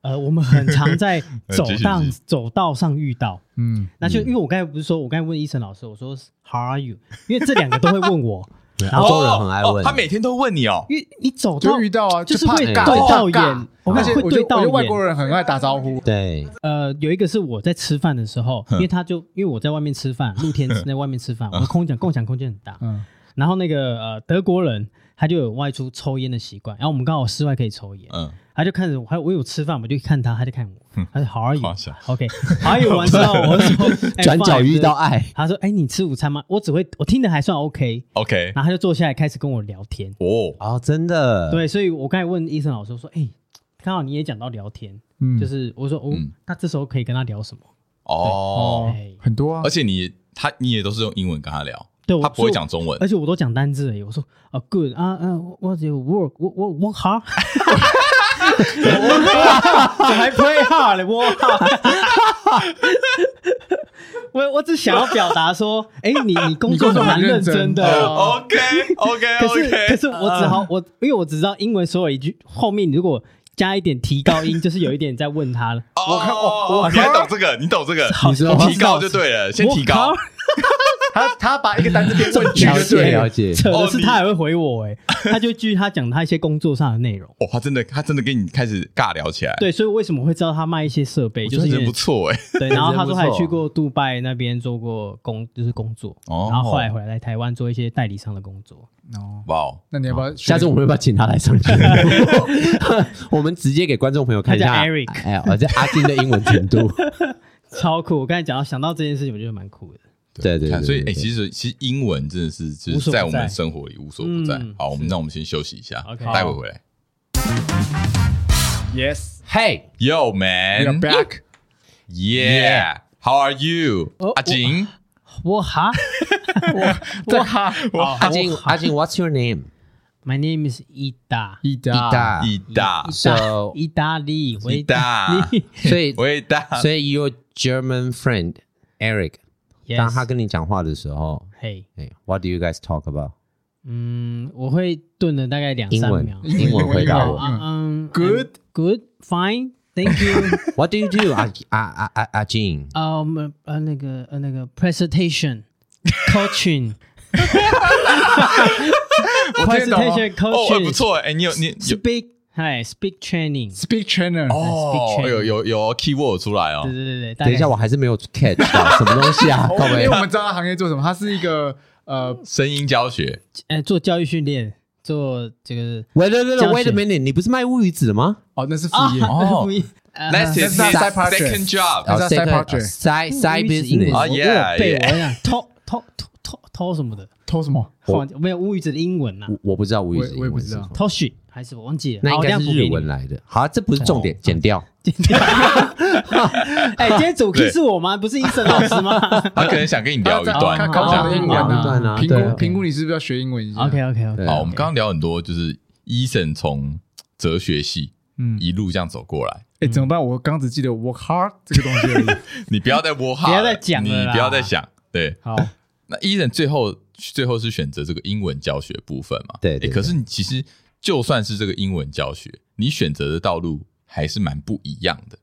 呃，我们很常在走
继续
道
继续
走道上遇到，
嗯，
那就因为我刚才不是说，我刚才问医生老师，我说 How are you？因为这两个都会问我，然
欧
后
洲人很爱
哦
问，
他每天都问你哦，
因为你走到
就遇到啊，
就是
怕
会对
尬
到
怕尬
眼，我
而
们
且
会
我觉
对
得我
到
觉得外国
眼。
人很爱打招呼，
对，
呃，有一个是我在吃饭的时候，因为他就因为我在外面吃饭，露天在外面 吃饭，我
啊
们空讲共享空间很大。
嗯，
然后那个呃德国人他就有外出抽烟的习惯，然后我们刚好室外可以抽
啊
烟，
嗯，
他就看着我，还有我有吃饭，我就看他，他就看我，他说 How are
夸下
you？OK，How are you？完之后我就 说哎
转角
fine，
遇到
对
爱，
他说哎你吃午餐吗？我只会我听的还算 OK，
OK，
然后他就坐下来开始跟我聊天。
哦，
哦，真的，，
对，所以我刚才问医生老师我说，哎、刚好你也讲到聊天，
嗯
就是我说哦，
嗯
那这时候可以跟他聊什么？
哦，
哎
很多啊
而，且你他你也都是用英文跟他聊，
对，我
他不会，讲
所
中文
以我而，且我都讲单字而已。我说啊，good 啊啊，what's your work？我我我好， 我我还 play hard 嘞，我 我我只想要表达说，哎、你你工
你
作
工作
蛮
很认
认真
真
的。
哦
OK OK
呃可是
OK，
可是我只好我，因为我只知道英文所有一句后面如果加一点提高音，就是有一点在问他了。
我看我哦你还懂这个，你懂这个，
好
知道吗
提高就对了，先提高
我，
他他把一个单词变问句
了
就
解
对了
了，解，
扯的
哦
是
你
他还会回我 哎、他就继续他讲他一些工作上的内容。
哦，他真的他真的跟你开始尬聊起来，
对，所以我为什么会知道他卖一些设备，
我
就
觉得
是因
人
为
不错哎，
对。然后他说他也
人不错
去过杜拜那边做过工，就是工作，
啊哦
然后后来回来台湾做一些代理商的工作。
哦，
哇哦，
那你 要不要
下次我们要不要请他来 上节目？我们直接给观众朋友看一
他
下
叫 Eric
哎，我这阿金的英文程 度，
超酷！我刚才讲到想到这件事情，我觉得蛮酷的。
对对
你看
对
所以
对
哎，
对
其实其实英文真的是就
无
是
所不在
在我们生活里无所不在
嗯。
好，我们
是
那我们先休息一下
OK，
待会回来。
？Yes，
嘿，
Yo
you're
man,
back。
yeah, how are you？
哦
阿金，
我 哈，
在哈
阿金阿金，What's your name？
My name is Ida，
意大
大
意大，
So
意大利，我
意大，
所以
伟大，
所以 your German friend Eric，
Yes
当他跟你讲话的时候，
嘿，
哎，What do you guys talk about？
嗯，我会顿了大概两
英
三
文
秒。
英文回答我
英文
嗯
Good
good fine thank you。
，What do you do？阿阿阿阿阿金，
啊，我们呃那个呃那个 presentation coaching
我听得懂
presentation
哦哦，哎
coaching
不错哎，你有你有
speak 嗨 speak training。
speak China，
哦
speech，
有有有 keyword 出来哦
对，对对对，大概
等一下，我还是没有 catch 到什么东西啊，各
因为
位
我。们知道他行业做什么，他是一个呃
声音教学
呃做教育训练，做这个
喂喂喂
教学
喂，wait a minute，你不是卖乌鱼子吗？
哦，那是副业，
哦
不一呃
，That's his
that's not
second
side project
job。
That's a side project
side side
英文
business。
啊
我有
yeah，
背
yeah
我想偷偷偷偷偷什么的，
偷什么？
我
忘记没有乌鱼子的英文呐啊
我我不知道乌鱼子，
我我也不知道。
偷 o 还是我忘记了，
那
好
应
我等
该
一下
是
补给
日
你
文啊来的。好，这不是重点，剪掉。
哎，今天主 key
对
是我吗？不是医生老师 吗
他可能想跟你聊一段，
看
这
高
样
中的哦英文
一段啊
啊，评
对啊
估评估你是不是要学英文一下
？OK OK OK，
对
好，我们刚刚聊很多，就是医生从哲学系
嗯，
一路这样走过来，
哎，怎么办？我刚只记得 work hard 这个东西 而已。
你不要再窝哈，
不要再讲了啦
你不要再想。对，
好，
那医生最后最后是选择这个英文教学部分嘛？
对
诶
对对
可是你其实就算是这个英文教学，你选择的道路还是蛮不一样的，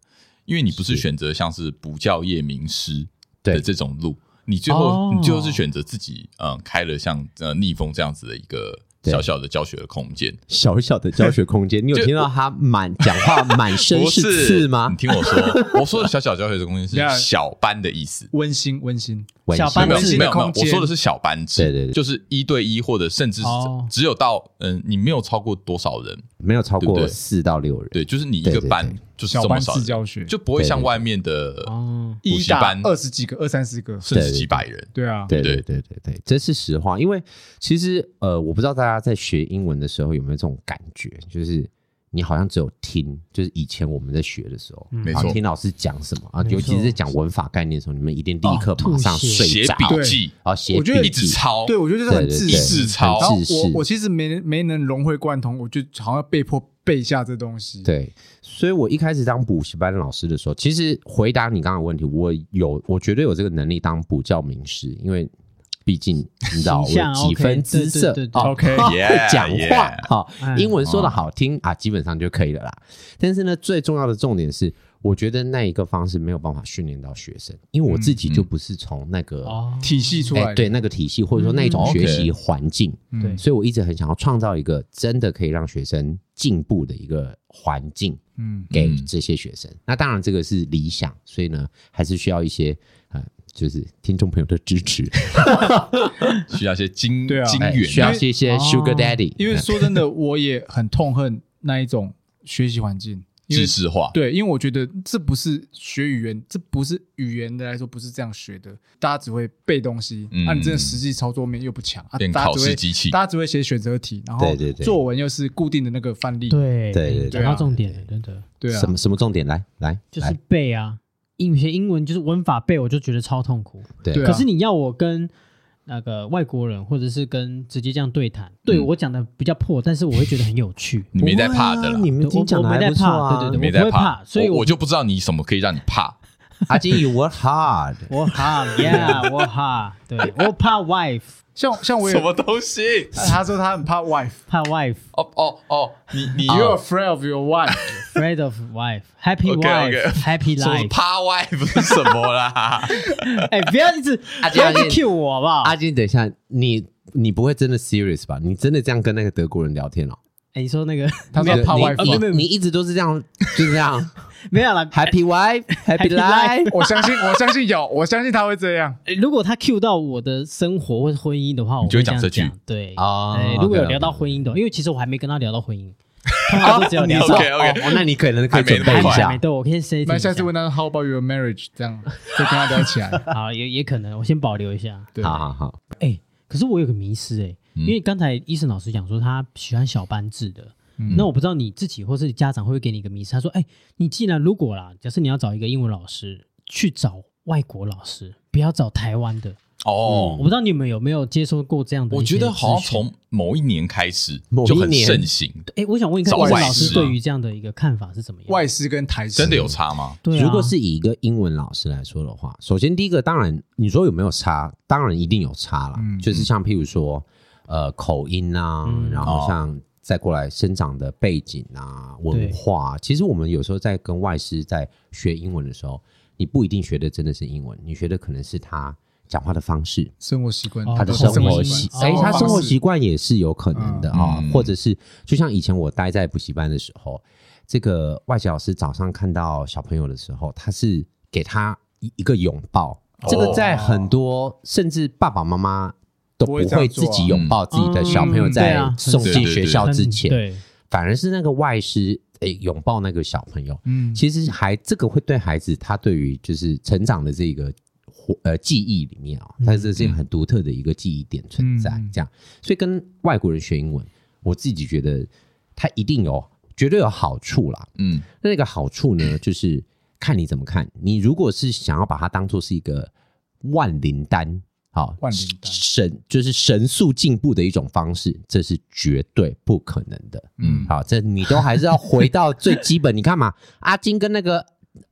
因为你不是
是
选择像是补教业名师的
对
这种路，你最
哦
后你最后是选择自己嗯开了像呃逆风这样子的一个
对
小小的教学的空间。
小小的教学空间，你有
就
听到他满讲 话满身
不
是刺吗
你？听我说，我说的小小教学的空间
Yeah
是小班的意思。
温馨温馨，
文
小
心
班
没有
温
没
馨
有
的
没有，
空间
我说的是小班制，
对对对
就是一对一或者甚至是
哦
只有到嗯，你没有超过多少人，
没有超
对
过
不对
四到六人，
对，就是你一个
对对
班
对
就是
小
这么
班
少
制
人，
教学，
就不会像
对对对
外面的
哦，
补
一
习班
打二十几个、二三十个，
甚至
对对
几百
哦
人，
对啊，
对
对
对对对对，这是实话。因为其实呃，我不知道大家在学英文的时候有没有这种感觉，就是你好像只有听，就是以前我们在学的时候，
没
好
错，
听老师讲什么啊，
嗯没错
尤其是在讲文法概念的时候，你们一定立刻
哦吐
马上
血
睡着，
写笔
记
啊，写
我觉得
笔
一直
记，
抄，
对，我觉得这是很
对对
自
哦对
私。
自嘲
然后
很自
我
私
我其实没没能融会贯通，我就好像被迫背下这东西。，
对，所以我一开始当补习班老师的时候，其实回答你刚刚的问题，我有，我绝对有这个能力当补教名师，因为毕竟你知道我
形象
有几
OK，
分姿色
对对对对
啊
OK
会
Yeah，
讲话
yeah 嗯
哈
哎
英文说的好听啊，基本上就可以了啦。但是呢，最重要的重点是，我觉得那一个方式没有办法训练到学生，因为我自
嗯
己就不是从那个。
哦，
体系出
哎
来的。
对那个体系，或者说那一种
嗯
学
OK
习环境，
嗯
对
所以我一直很想要创造一个真的可以让学生进步的一个环境。
嗯，
给
嗯
这些学生。那当然，这个是理想，所以呢，还是需要一些呃，就是听众朋友的支持，
需要一些金
对啊
金
哎
源，
需要一些
哦
Sugar Daddy，
因为
哎
说真的，我也很痛恨那一种学习环境，因为
知识化，
对，因为我觉得这不是学语言，这不是语言的来说不是这样学的，大家只会背东西，
嗯
啊，你真的实际操作面又不强，啊，
变
大家
考
只
试
会
机器
大家只会写选择题，然后
对对对
作文又是固定的那个范例，
对
对对对
讲
对
到
啊
重点了，真的
对啊
什，么什么重点来来
就是
来，
背啊，英语学英文就是文法背，我就觉得超痛苦。
对
对啊
可是你要我跟那个外国人，或者是跟直接这样对谈，对我讲的比较破，但是我会觉得很有趣。
你没在怕的啦
不会啊。你们
对
已经讲
我
的
我没在
还不错
怕，
啊，
对对
你没
对，
在
我不会
怕
怕，，所以
我我就不知道你什么可以让你怕。
阿金，You work hard，
我哈，yeah，我哈，对我怕 wife，
像像我也
什，么东西？
他说他很 怕 wife，
怕 wife，afraid
哦哦哦，你你
You're afraid of your wife，
of wife，happy
OK，OK
wife，happy
什么
life。
趴歪不是什么 啦？
哎，不要一直
啊
不要一
这样
直 cue 我好不好？
阿金，等一下，你你不会真的 serious 吧？你真的这样跟那个德国人聊天哦？
哎，你说那个
他说
你
怕
你
wife
你
吗
你一直都是这样，就是这样
没有啦，
，Happy
Happy
wife，Happy
life
life，
我相信我相信有，我相信他会这样，
如果他 cue 到我的生活或者婚姻的话，我
你就会
会
讲
这
这句啊
样讲。对
哦
对如果有
OK，OK，OK
聊到婚姻的，因为其实我还没跟他聊到 婚姻，通常都只有聊到
OK OK，
哦，那你可能可
还
以
没
准
那么
备一
快
下
没，对，我可以先
那下次问他 How about your marriage，这样就跟他聊起来，
好，也也可能，我先保留一下。
对，
好好好，
可是我有个迷失哎、因
嗯
为刚才医生老师讲说他喜欢小班制的，
嗯
那我不知道你自己或是家长会不会给你一个迷失，他说：“哎、你既然如果啦，假设你要找一个英文老师，去找外国老师，不要找台湾的。我
哦
不，知道你们有没有接受过这样的一
我
些
觉
资
得
讯？
好像从某一年开始
某一
就很
年
盛行，
哎、我想问一下，
找
医生
外
老师
师啊
对于这样的一个看法是怎么样？
外师跟台师
真的有差吗？
对、啊，
如果是以一个英文老师来说的话，首先第一个，当然你说有没有差，当然一定有差啦。
嗯
就是像譬如说，呃，口音啊，
嗯
然后像再过来生长的背景啊、文化啊、其实我们有时候在跟外师在学英文的时候，你不一定学的真的是英文，你学的可能是他讲话的方式，
生活习惯，
哦
他的
口
生
音
活
习，，
习
哦
哎，他生活
方式
习惯也是有可能的啊、
嗯
或者是就像以前我待在补习班的时候，这个外籍老师早上看到小朋友的时候，他是给他一一个拥抱，这个在很多甚至爸爸妈妈都不
不会
会
这样做
自
啊
己拥抱自己的小朋友，
嗯对
在
啊
送
对
进
对
学
对
校
很
之前，
对，
反而是那个外师哎拥抱那个小朋友，
嗯，
其实还这个会对孩子他对于就是成长的这个活呃记忆里面啊、它这是很独特的一个记忆点存在，
嗯
这样，所以跟外国人学英文，我自己觉得它一定有绝对有好处啦。
嗯，
那个好 处呢，就是看你怎么看。你如果是想要把它当做是一个万灵丹，好、
万灵丹
神就是神速进步的一种方式，这是绝对不可能的。
嗯
嗯，好，这你都还是要回到最基本。你看 嘛，阿金跟那个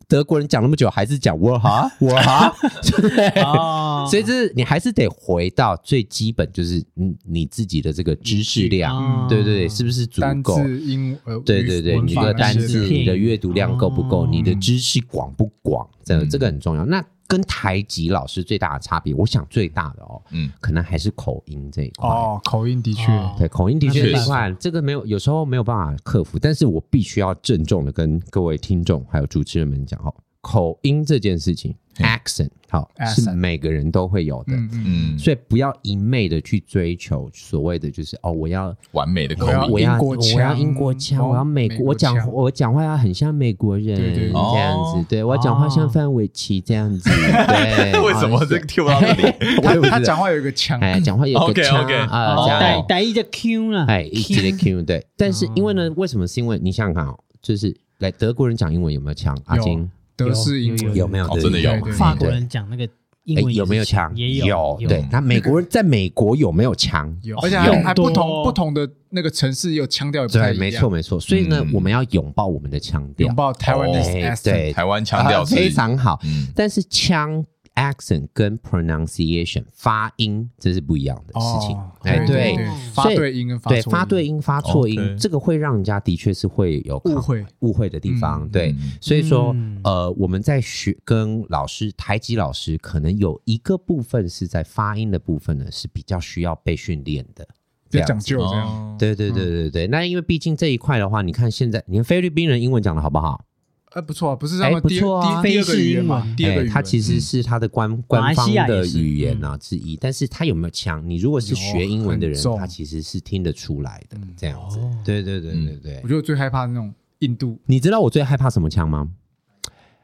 德国人讲那么久，还是讲 我哈我哈，对不 对？
啊
啊
哦
所以这是你还是得回到最基本，就是你你自己的这个知识量，
嗯
对对对，是不是足
单
够？
字英呃，
对对对，
文
你
法
的
那
单
些的
字、
片
你的阅读量够不够，
哦
你的知识广不广，这
嗯
这个很重要。那跟台籍老师最大的差别，我想最大的哦，
嗯
嗯，可能还是口音这一块。
哦，口音的确，
哦
对，口音的
那
确
没
这
办
一块，这个没有，有时候没有办法克服。但是我必须要郑重的跟各位听众还有主持人们讲哦，口音这件事情
嘿
，accent 好
Accent
是每个人都会有的，
嗯嗯，
嗯，
所以不要一昧的去追求所谓的就是哦，我要
完美的口
我要
音，
我要
英国腔
我要英国腔，
哦
我要美
美
国，
国
我讲
腔
我讲话要很像美国人
对对对
这样
哦
子，对我讲话像范玮琪这样子，对， 哦
为什么
好像
这
是
个跳到这里？
我也不知
他
道
讲话有一个腔，
哎讲话有个
OK，
腔
OK
啊
哦
这
台
样，
台一的 Q 啦，
哎，一级的 Q 对，但是因为呢，为什么？是因为你想想看哦，就是来德国人讲英文有没有腔？阿金
德式英
有
文
有没有
哦？真的有
对对
法国人讲那个英
哎
文也是
有没有腔？
也
有
有，
对，那美国人在美国有没有腔？
有，而且还
有
还不
多
同
哦
不同的那个城市有腔调也不太
对，
一样，
没错，没错。所以呢
嗯，
我们要拥抱我们的腔调，
拥抱台湾的
哎
accent，
对，
台湾腔调
啊
是
非，常好。
嗯，
但是腔 accent 跟 pronunciation 发音这是不一样的事情
哦。
哎，
对对
对
对
所
发
以
对音跟发
对
错
发
音
对音、发错音，
OK
这个会让人家的确是会有
误会
误会的地方。
嗯
对
嗯，
所以说
嗯
呃，我们在学跟老师台籍老师，可能有一个部分是在发音的部分呢，是比较需要被训练的。
比较
这样
讲
子
究这样。
哦，
对对对对
嗯
对，那因为毕竟这一块的话，你看现在，你看菲律宾人英文讲的好不好？
哎，不错啊，不是
哎
他们
不
第
错啊
第第二个语言
非
嘛
是英文，
第二个语
哎
言，
它其实是它的官官方
嗯马来西亚也
的
是
语言啊之一，但是它有没有强？你如果是学英文的
有
人
很，重
他其实是听得出来的，这样子。
哦
对对对对对
我。觉得我最害怕那种印度，
你知道我最害怕什么腔吗？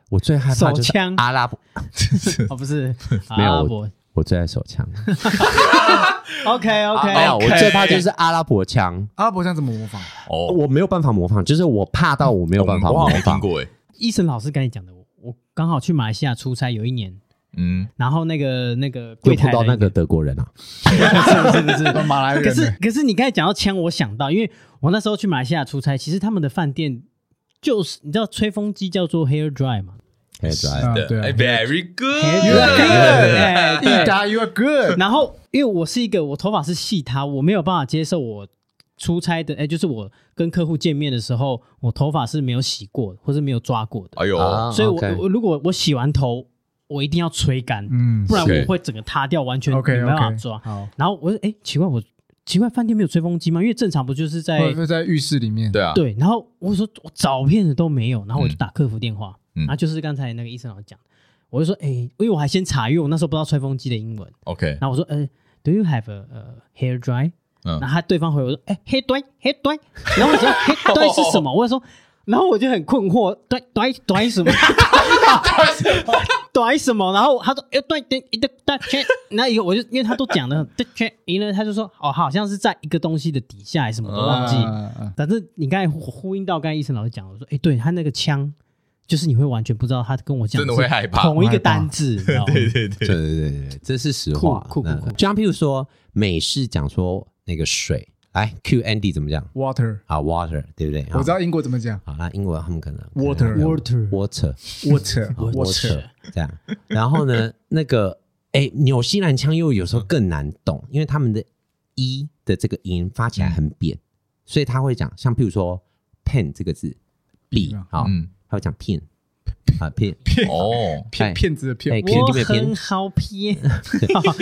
我最害怕就是
手枪
阿拉伯，
哦不是 啊
没有
阿拉
我
伯
我最爱手 枪。
，OK
啊
OK，
没有，我最怕就是阿拉伯腔，
阿拉伯腔怎么模仿？
哦，
我没有办法模仿，就是我怕到我没有办法
我
模
好像没听
仿。
过哎，
医生老师刚才讲的，我我刚好去马来西亚出差有一年，
嗯，
然后那个那个
就
柜
碰
台
到
人
那个德国人啊，
是不是马来人？
可是可是你刚才讲到枪，我想到，因为我那时候去马来西亚出差，其实他们的饭店就是你知道吹风机叫做 hair dry 嘛
可以
啊
对
对啊
哎，very
，hair
good，
dry，对
意大 you are good，
然后因为我是一个我头发是细塌，我没有办法接受我出差的，哎，就是我跟客户见面的时候，我头发是没有洗过或是没有抓过的，
哎呦，
啊
哦
所以我
OK
我如果我洗完头，我一定要吹干，
嗯
不然
是
我会整个塌掉，完全没
，OK
办法
OK，
抓。
好，
然后我就哎、奇怪，我奇怪饭店没有吹风机吗？因为正常不就是在
或者在浴室里面，
对啊，
对，然后我说我找遍了都没有，然后我就
嗯
打客服电话，
嗯
然后就是刚才那个医生老师讲，我就说哎、因为我还先查，因为我那时候不知道吹风机的英文，
，OK，
然后我说呃，Do you have a 呃 hair dry？
嗯
然后他对方回我说哎、hair dry hair dry，然后我说 hair dry 是什么？我就说，然后我就很困惑，dry dry dry 什么？ 短什么？然后他说，哎，对对，一个大圈，那一个我就因为他都讲的大圈，因为他就说，哦，好像是在一个东西的底下，还是什么都忘记。
啊，
反正你刚才呼应到刚才医生老师讲的，我说，哎，对他那个枪，就是你会完全不知道他跟我讲
真的会
是
害怕
同一个单字，你知道 吗？
对对对，
对对对对，这是实话。
酷酷酷酷
嗯就像譬如说美式讲说那个水，来 Q Andy 怎么讲
water，
啊？Water 对不对？
我知道英国怎么讲
好。好，那英文他们可能
Water
water water 啊
，water，water，
这样。然后 呢，那个哎，纽西兰腔又有时候更难懂，因为他们的 e 的这个音发起来很扁，所以他会讲，像譬如说 pen 这个字 b
嗯
啊，
嗯，
他会讲 pen 啊 pen
哦，
骗骗子的
哎
骗，
偏
我
就变偏
很好骗，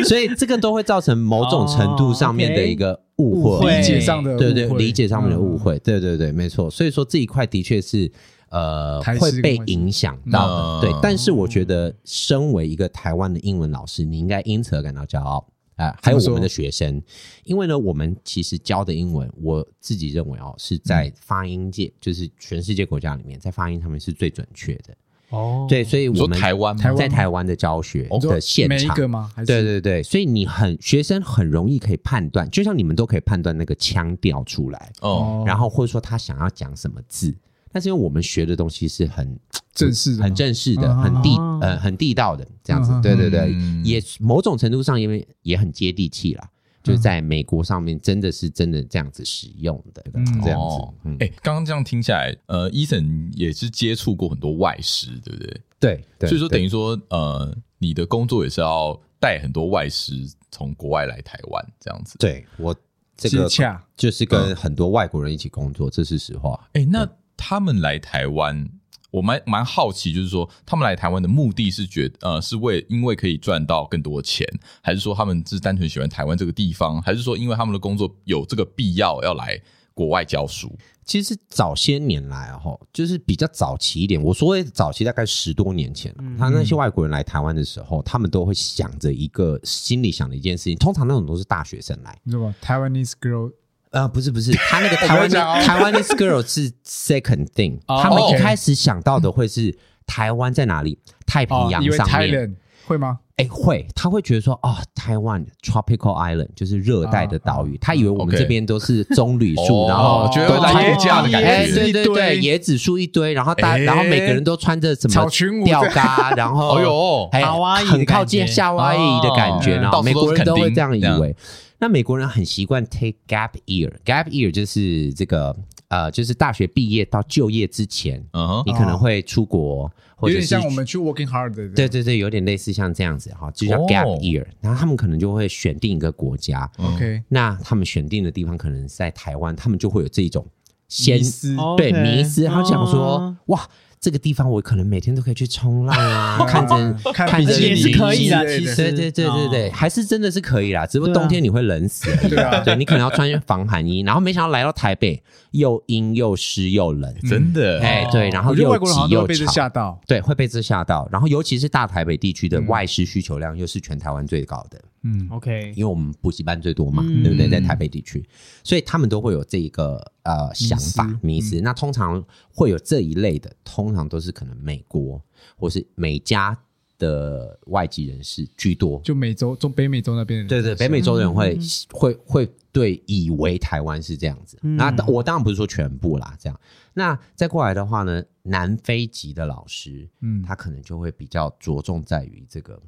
所以这个都会造成某种程度上面的一个误
哦
会，
，OK
理解上的
对对
误会
理解上面的误会，对对对，没错。所以说这一块的确是呃
台式
会被
跟外式
影响到的，
嗯
对。但是我觉得，身为一个台湾的英文老师，你应该因此而感到骄傲。啊、还有我们的学生，因为呢，我们其实教的英文，我自己认为哦，是
嗯
在发音界，就是全世界国家里面，在发音上面是最准确的。
哦，
对，所以
你
我
说
们
台湾吗
台湾
在台湾的教学
你说
的现
每一
场，
个吗？还是
对对对，所以你很学生很容易可以判断，就像你们都可以判断那个腔调出来，
哦，
哦，
然后或者说他想要讲什么字。但是因为我们学的东西是很
正式的吗
很正式的、
嗯
很地
嗯
呃很地道的这样子，
嗯
对对对，
嗯
也某种程度上因为也很接地气啦，就是
嗯
在美国上面真的是真的这样子使用的，
嗯
这样
哦
子，嗯，
哎，刚刚这样听下来，呃，伊森也是接触过很多外食，对不对？
对，对
所以说
对
等于说，呃，你的工作也是要带很多外食从国外来台湾这样子。
对我这
接
个
洽
就是
嗯
跟很多外国人一起工作，这是实话。
哎、那他们来台湾，我蛮蛮好奇，就是说他们来台湾的目的是觉呃是为因为可以赚到更多钱，还是说他们是单纯喜欢台湾这个地方，还是说因为他们的工作有这个必要要来国外教书？
其实早些年来哈、哦，就是比较早期一点。我所谓早期，大概十多年前、
嗯
他那些外国人来台湾的时候，他们都会想着一个心里想的一件事情。通常那种都是大学生来，
你知道吗？Taiwanese girl
呃，不是不是， 他那个台湾
讲哦哦
台湾 is girl 是 second thing，、他们一
OK
开始想到的会是台湾在哪里？太平
哦，
洋
以为
上面。
Thailand 会吗？
哎、会，他会觉得说，哦，台湾 tropical island 就是热带
啊
的岛屿，他以为我们
OK
这边都是棕榈树，
哦
然后
觉得
都
来
穿
度假的感
哎，
觉，
对对对，
一堆
椰子树一堆，然后大，
哎
然后每个人都穿着什么
草裙舞
吊嘎，然后
哎呦
哎
夏威夷的
很靠
感觉
近夏威夷的感觉，
哦
然
到
后
处
美国人都
都
会
是垦丁
这样以
这样
为。那美国人很习惯 take gap year，gap year 就是这个呃，就是大学毕业到就业之前，
嗯哼
你，可能会出国，或
有点
者是
像我们去 working hard 的，
对对对，有点类似像这样子哈，就叫
哦
gap year、然后他们可能就会选定一个国家，
，OK，
那他们选定的地方可能是在台湾，他们就会有这种先
迷思
对
OK，
迷思，他想说、
哦
哇，这个地方我可能每天都可以去冲浪 啊，看着
看
看
比
着
基尼
也是可以
的。
啦，
之类
其
的
实
对对对对对，
哦
还是真的是可以啦，只不过
对啊
冬天你会 冷死，
对啊
对你可能要穿防寒衣，然后没想到来到台北又阴又湿又冷，
嗯
真的，
哎对，然
哦
后
我觉得
又
外国人好像
挤
都会
又
被这
吵，
吓到，
对，会被这吓到。然后尤其是大台北地区
嗯
的外食需求量又是全台湾最高的，
嗯，
OK，
因为我们补习班最多嘛，
嗯
对不对？在台北地区，所以他们都会有这一个呃想法迷思。那通常会有这一类的，通常都是可能美国或是美加的外籍人士居多。
就美洲、中北美洲那边的
对
人，
对，北嗯美洲人会、会会对以为台湾是这样子，
嗯
那、我当然不是说全部啦，这样。那再过来的话呢，南非籍的老师，
嗯
他可能就会比较着重在于这个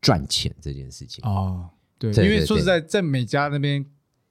赚钱这件事情。
哦，对，
对
因
对
为说实在，在美加那边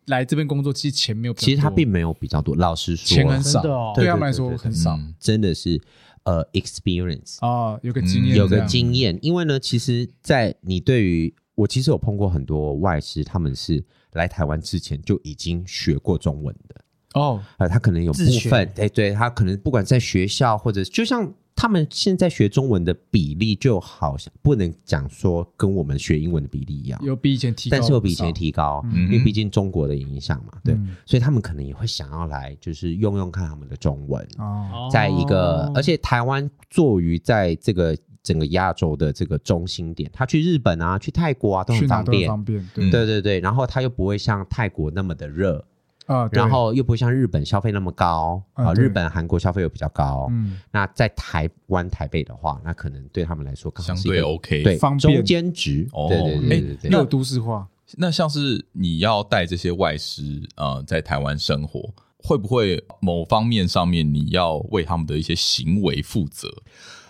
来这边工作，其实钱没有比较多，
其实他并没有比较多，老实说，
钱很少
真的哦，
对
对
他们来
对对
说
对
很少
嗯
真的是呃 experience，、
哦，有个经
嗯
验，
有个，经验。因为呢，其实，在你对于我其实有碰过很多外师，他们是来台湾之前就已经学过中文的。
哦，
呃，他可能有部
自学
分，哎，对他可能不管在学校或者就像他们现在学中文的比例，就好像不能讲说跟我们学英文的比例一样，
有比以前提高了
但
不少，
是又比以前提高，
嗯
因为毕竟中国的影响嘛，对，
嗯
所以他们可能也会想要来就是用用看他们的中文，
哦，
哦
在一个，而且台湾坐于在这个整个亚洲的这个中心点，他去日本啊，去泰国啊都
去
很
哪
方
都很
便。
方便，
嗯
对
对对对，然后他又不会像泰国那么的热，
啊，对
然后又不像日本消费那么高
啊
啊，
对
日本、韩国消费又比较高。
嗯，
那在台湾、台北的话，那可能对他们来说刚好
相
是一
对
个
OK。
对
方便
中间值。
哦
对对对对对
又有
对。
都市化，
那像是你要带这些外师呃在台湾生活，会不会某方面上面你要为他们的一些行为负责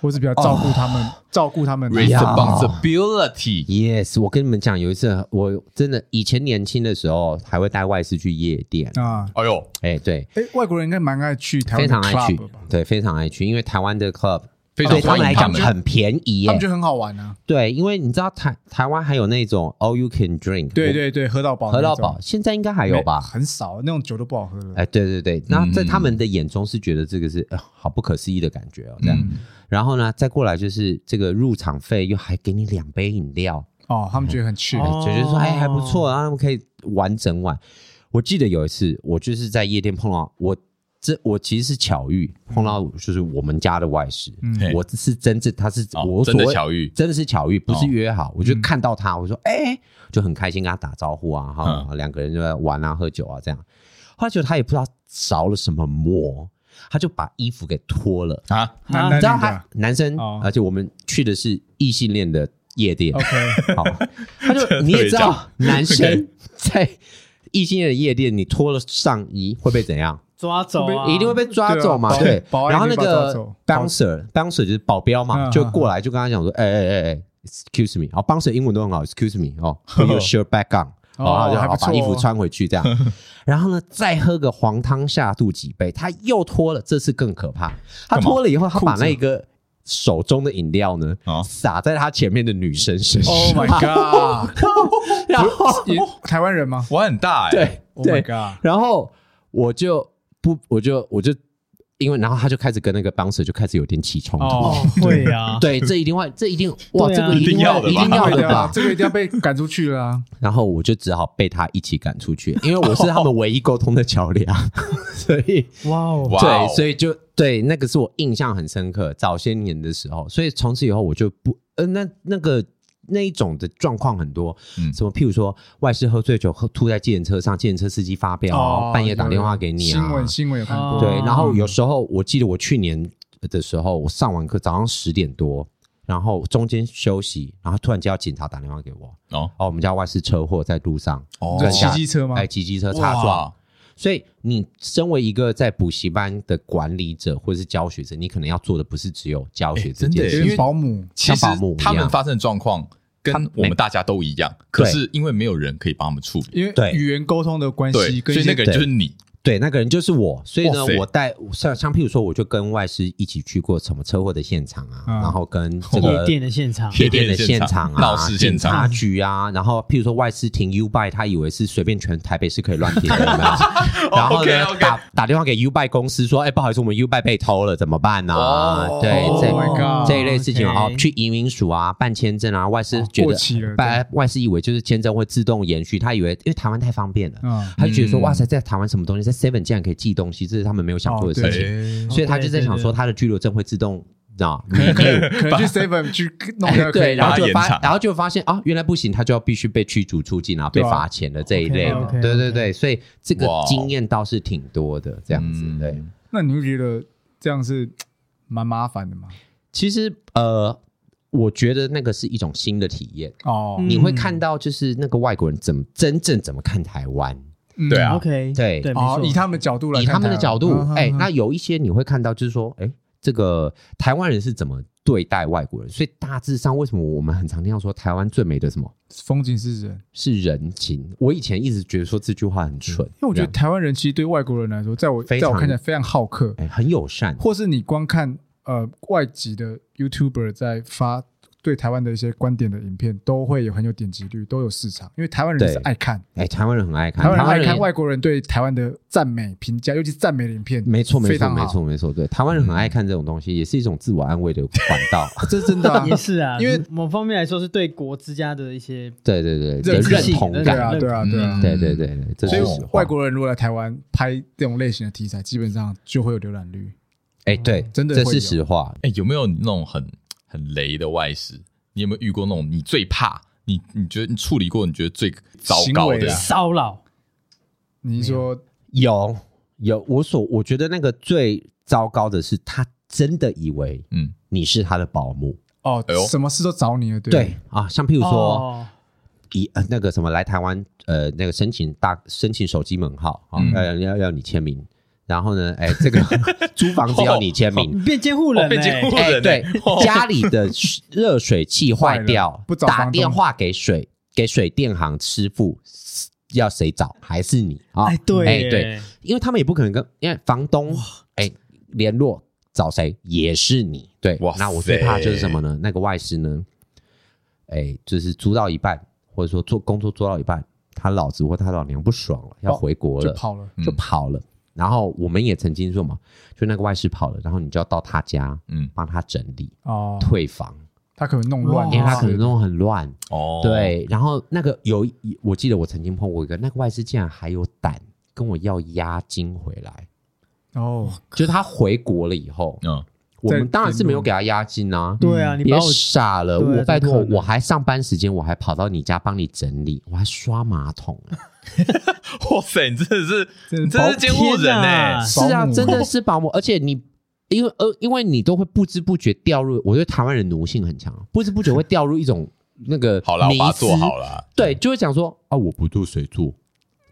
或是比较照顾他们，
哦
照顾他们的
哎呀
？Responsibility，
Yes，我跟你们讲，有一次我真的以前年轻的时候还会带外事去夜店，
啊，
哎呦，
哎，对，
哎，外国人应该蛮爱去台
非
湾的
常爱去
club 吧，，
对，非常爱去，因为台湾的 club
非常
对他
欢
们来
迎他
讲
们。
很便宜
他
耶
们觉。得很好玩啊，
对，因为你知道台台湾还有那种 all you can drink，
对对对，喝到饱，
喝到饱，。现在应该还有吧？
很少那种酒都不好喝了。
哎，对对
嗯
对，那在他们的眼中是觉得这个是、呃、好不可思议的感觉哦，这样。
嗯
然后呢，再过来就是这个入场费又还给你两杯饮料，
哦，他们觉得很去，
哦
哎就觉得说哎还不错，然后他们可以玩整晚。我记得有一次，我就是在夜店碰到我。这我其实是巧遇，碰到就是我们家的外事，
嗯嘿
我是真正他是、
哦
我所
真的
谓
巧遇
真的是巧遇，不是
哦
约好，我就看到他，我说哎、就很开心跟他打招呼啊，哈、
嗯
两个人就在玩啊、喝酒啊这样。后来就他也不知道着了什么魔，他就把衣服给脱了，
啊，
男
啊
你
男
知道
女
他
的
男生
哦，
而且我们去的是异性恋的夜店，
，OK，
好，他就你也知道， 男生在异性恋的夜店，你脱了上衣会被怎样？
抓走啊，
一定会被抓走嘛，
对
对
啊保。保安
然后那
一定把他抓
个
走
bouncer bouncer 就是保镖嘛，
嗯
就过来就跟他讲说，哎哎哎哎，excuse me，哦，bouncer 英文都很好，excuse me，哦 ，put your shirt back on，
哦
然后就
还
好
不错
把衣服
哦
穿回去这样。 然后呢，再喝个黄汤下肚几杯，他又脱了，这次更可怕。他
干嘛
脱了以后，他把那个手中的饮料呢
哦，
洒在他前面的女生身上。
，Oh my God，
然后
也台湾人吗
我很大哎、
对
？Oh my
对，
God，
然后我就不，我就我就因为然后他就开始跟那个 bouncer 就开始有点起冲突。
哦，
会啊，
对，这一定会，这一定哇，
对啊
这个
一定
会
要的吧
一定要
对
的
啊
吧，？
这个一定要被赶出去了啊！
然后我就只好被他一起赶出去，因为我是他们唯一沟通的桥梁， 所以
哇哦，
哇哦
对，所以就对那个是我印象很深刻，早些年的时候，所以从此以后我就不呃，那那个那一种的状况很多，
嗯
什么譬如说外事喝醉酒喝吐在计程车上，计程车司机发飙啊，
哦
半夜打电话给你啊
新，闻新闻有看过，
对，然后
哦
有时候我记得我去年的时候，我上完课早上十点多。然后中间休息，然后突然接到警察打电话给我，
哦
哦，我们家外事车祸在路上，
哦
就骑机车吗？
哎，骑机车擦撞，
哇
所以你身为一个在补习班的管理者或者是教学者，你可能要做的不是只有教学这件
哎真的
事
耶因
有
情，
为
点保姆，
其实
像保姆一样
他们发生的状况跟我们大家都一样，可是因为没有人可以帮他们处理，
因为
对
语言沟通的关
对，
系，
所
跟一
以
些
那个人就是你，
对，那个人就是我。所以呢
哇塞，
我带像像譬如说，我就跟外师一起去过什么车祸的现场啊，
嗯
然后跟这
夜
个
店的现场，
夜店的现场啊，
闹事现场
警察局啊，然后譬如说外事停 U b y 他以为是随便全台北市可以乱停的，有没有然后呢
OK，OK
打打电话给 U b y 公司说，哎，不好意思，我们 U b y 被偷了，怎么办呢？啊
哦
对，这
Oh my god
这一类事情啊，
OK
哦去移民署啊办签证啊，外事觉
过
得
期了
办外事以为就是签证会自动延续，他以为因为台湾太方便了。
啊，
他就觉得说，
嗯
哇塞，在台湾什么东西，在 Seven 竟然可以寄东西，这是他们没有想过的
对
事
哦
情，
哎
所以他就在想
对对
说，
对
他的居留证会自动啊，你
可能去 seven 去弄
哎
掉哦可
对，
以
然
吧，
后就
把它延
发
长，
然后就发现啊，原来不行，他就要必须被驱逐出境啊，被
对啊哦
罚钱的这一类的
OK，OK，OK
对对对，所以这个
哇
经验倒是挺多的，这样子
嗯
对。
那你会觉得这样是蛮麻烦的吗？
其实呃，我觉得那个是一种新的体验，
哦，
嗯
你会看到就是那个外国人怎么真正怎么看台湾，
嗯
对啊
OK，
对
对，没
哦
错，
以他们角度来
以
看台
他
湾，
们的角度
嗯，
哎，
嗯
那
嗯
有一些你会看到就是说，哎，这个台湾人是怎么对待外国人，所以大致上为什么我们很常听到说台湾最美的什么？
风景是人，
是人情。我以前一直觉得说这句话很蠢，
因为我觉得
这样
台湾人其实对外国人来说，在我
非
在
常
我看起来非常好客，
哎、很友善。
或是你光看呃外籍的 YouTuber 在发对台湾的一些观点的影片，都会有很有点击率，都有市场，因为台湾人
对
是爱看，
哎、台湾人很爱看，
台湾人爱看
也
外国人对台湾的赞美评价，尤其是赞美的影片，
没错，没
非
错，
常
没
好
错，，没错，对，台湾人很爱看这种东西，也是一种自我安慰的管道。
这是真 的啊
也是啊，
因为
某方面来说是对国之家的一些
对对
认
对，的
知
认
性
同
对
对
感
啊，，对啊，对啊
嗯。
对对对对，这
所
是
以
实话
外国人如果来台湾拍这种类型的题材，基本上就会有浏览率。
哎、对，
真的
这
会
是
有
实话。
哎，有没有那种很很雷的外事？你有没有遇过那种你最怕？你你觉得你处理过你觉得最糟糕
行为
的
啊？
骚扰，
你说
有有，我所我觉得那个最糟糕的是，他真的以为
嗯，
你是他的保姆。
哦
哎呦，
什么事都找你了，对不
对啊，像譬如说，
哦
以、呃那个什么来台湾，呃，那个申请大申请手机门号啊，
嗯
呃，要要你签名。然后呢，哎， 这个租房子要你签名，
你变监护人
哦变监护
欸
人
哎、
欸
对
哦，
家里的水热水器坏 掉
坏了，不找房东
打电话给水给水电行师傅，要谁找？还是你啊？
哎，对
哎、
耶
对，因为他们也不可能跟因为房东哎、联络找谁也是你对。
哇
那我
塞
最怕就是什么呢？那个外师呢？哎、就是租到一半，或者说做工作做到一半，他老子或他老娘不爽了，要回国了，
就跑了。
就跑了。然后我们也曾经说嘛，就那个外师跑了，然后你就要到他家，
嗯
嗯，帮他整理
哦，
退房，
他可能弄乱，
哦
因为他可能弄很乱。
哦，
对，然后那个有一，我记得我曾经碰过一个，那个外师竟然还有胆跟我要押金回来，
哦，
就是他回国了以后，
嗯，
我
再
们当然是没有给他押金啊。
对啊，你把
别
我
傻了，
对啊
我拜
怎
托
么，可能
我还上班时间，我还跑到你家帮你整理，我还刷马桶，
啊
哇塞，你真的是
真的
你真的是监护人
天哪
哎，
是
保
啊，
姆
真的是保姆，而且你因为呃，因为你都会不知不觉掉入，我觉得台湾人奴性很强，不知不觉会掉入一种那个
好啦，我
迷
把它
思
做好，了，
对，就会讲说啊，我不做谁做，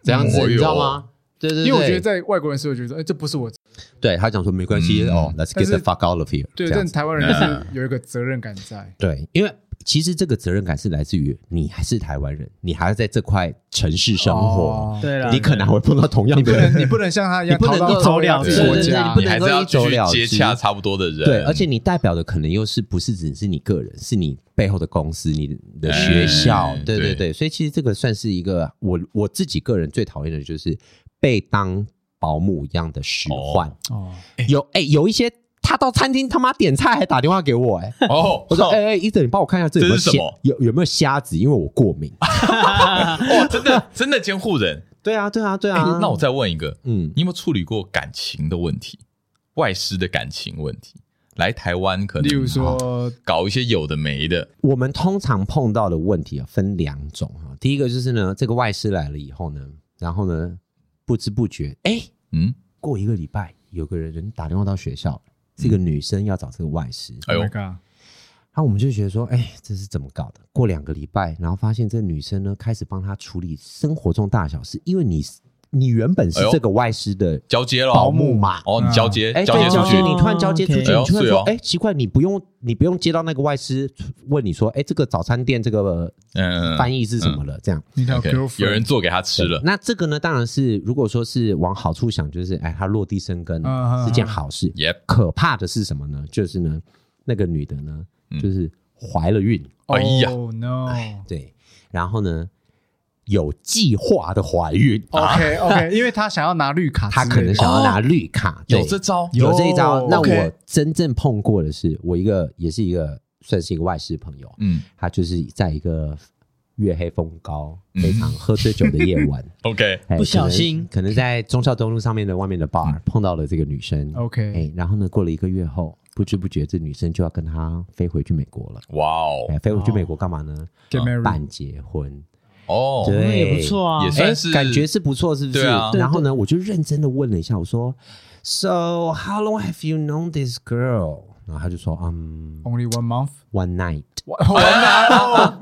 这样子
哦哟
你知道吗？对对对，
因为我觉得在外国人是会觉得，哎，这不是我，
对他讲说没关系
嗯
哦，Let's
但
get
是
the fuck out of here，
对，
这样
但
子
台湾人
啊
就是有一个责任感在。
对，因为。其实这个责任感是来自于你还是台湾人，你还要在这块城市生活，
哦，
对啊了，
你可能还会碰到同样
不
的人
能，，你不能像他一样
你不
逃
能
到
够
逃到
走
自己
了
国
对对对
家
你不
你
能
还是
够
要
一走了
继续接
之
洽差不多的人，
对，而且你代表的可能又是不是只是你个人，是你背后的公司、你的学校，
哎
对对
对
对，所以其实这个算是一个我我自己个人最讨厌的就是被当保姆一样的使唤。
哦，
有哎、有一些他到餐厅他妈点菜还打电话给我哎、
哦，
我说：“
哦
哎、哎，医生，你帮我看一下这有没有
这是
虾
什么
有有没有虾子？因为我过敏。哎
哦，真的真的监护人。”
对啊，对啊，对
哎
啊。
那我再问一个，
嗯，
你有没有处理过感情的问题？外师的感情问题，来台湾可能
例如说
搞一些有的没的，
我们通常碰到的问题啊，分两种哈。第一个就是呢，这个外师来了以后呢，然后呢，不知不觉，哎、
嗯，
过一个礼拜，有个人打电话到学校，是一个女生要找这个外师，
哎呦
，Oh，my God，
然后我们就觉得说，哎，这是怎么搞的？过两个礼拜，然后发现这女生呢开始帮他处理生活中大小事，因为你你原本是
哎呦
这个外师的
交接了，
保姆嘛，
哦，你交接
哎，
交接
对，
出
交
去
接，，你突然交接出去，
哦
你突然
是
说
哦，
哎，奇怪，你不用你不用接到那个外师问你说，哎，这个早餐店这个
嗯，
翻译是什么了？这样，
你条
OK，
girlfriend，
有人做给他吃了，
那这个呢，当然是如果说是往好处想，就是哎，他落地生根
嗯嗯
是件好事。
Yep
可怕的是什么呢？就是呢，那个女的呢，
嗯
就是怀了孕，
哎呀
Oh,，no，OK
对，然后呢，有计划的怀孕，
啊
OK，因为他想要拿绿卡之
她
类的，
可能想要拿绿卡，对
哦有这招，
有这一
有
招。那
OK
我真正碰过的是，我一个也是一个算是一个外事朋友，
嗯
他就是在一个月黑风高、
嗯
非常喝醉酒的夜晚，
，OK，
哎
不小心
可能可能在忠孝东路上面的外面的 bar 碰到了这个女生。
OK
哎，然后呢，过了一个月后，不知不觉这女生就要跟他飞回去美国了。
哇哦
哎，，飞回去美国干嘛呢？哦
Get married，
办结婚，
哦，
那
对，
也不错啊
也。
哎
算是
感觉是不错，是不是？
对啊
然后呢，我就认真的问了一下，我说，So how long have you known this girl？然后他就说，嗯、
Only one month，
o n e night。
我我拿了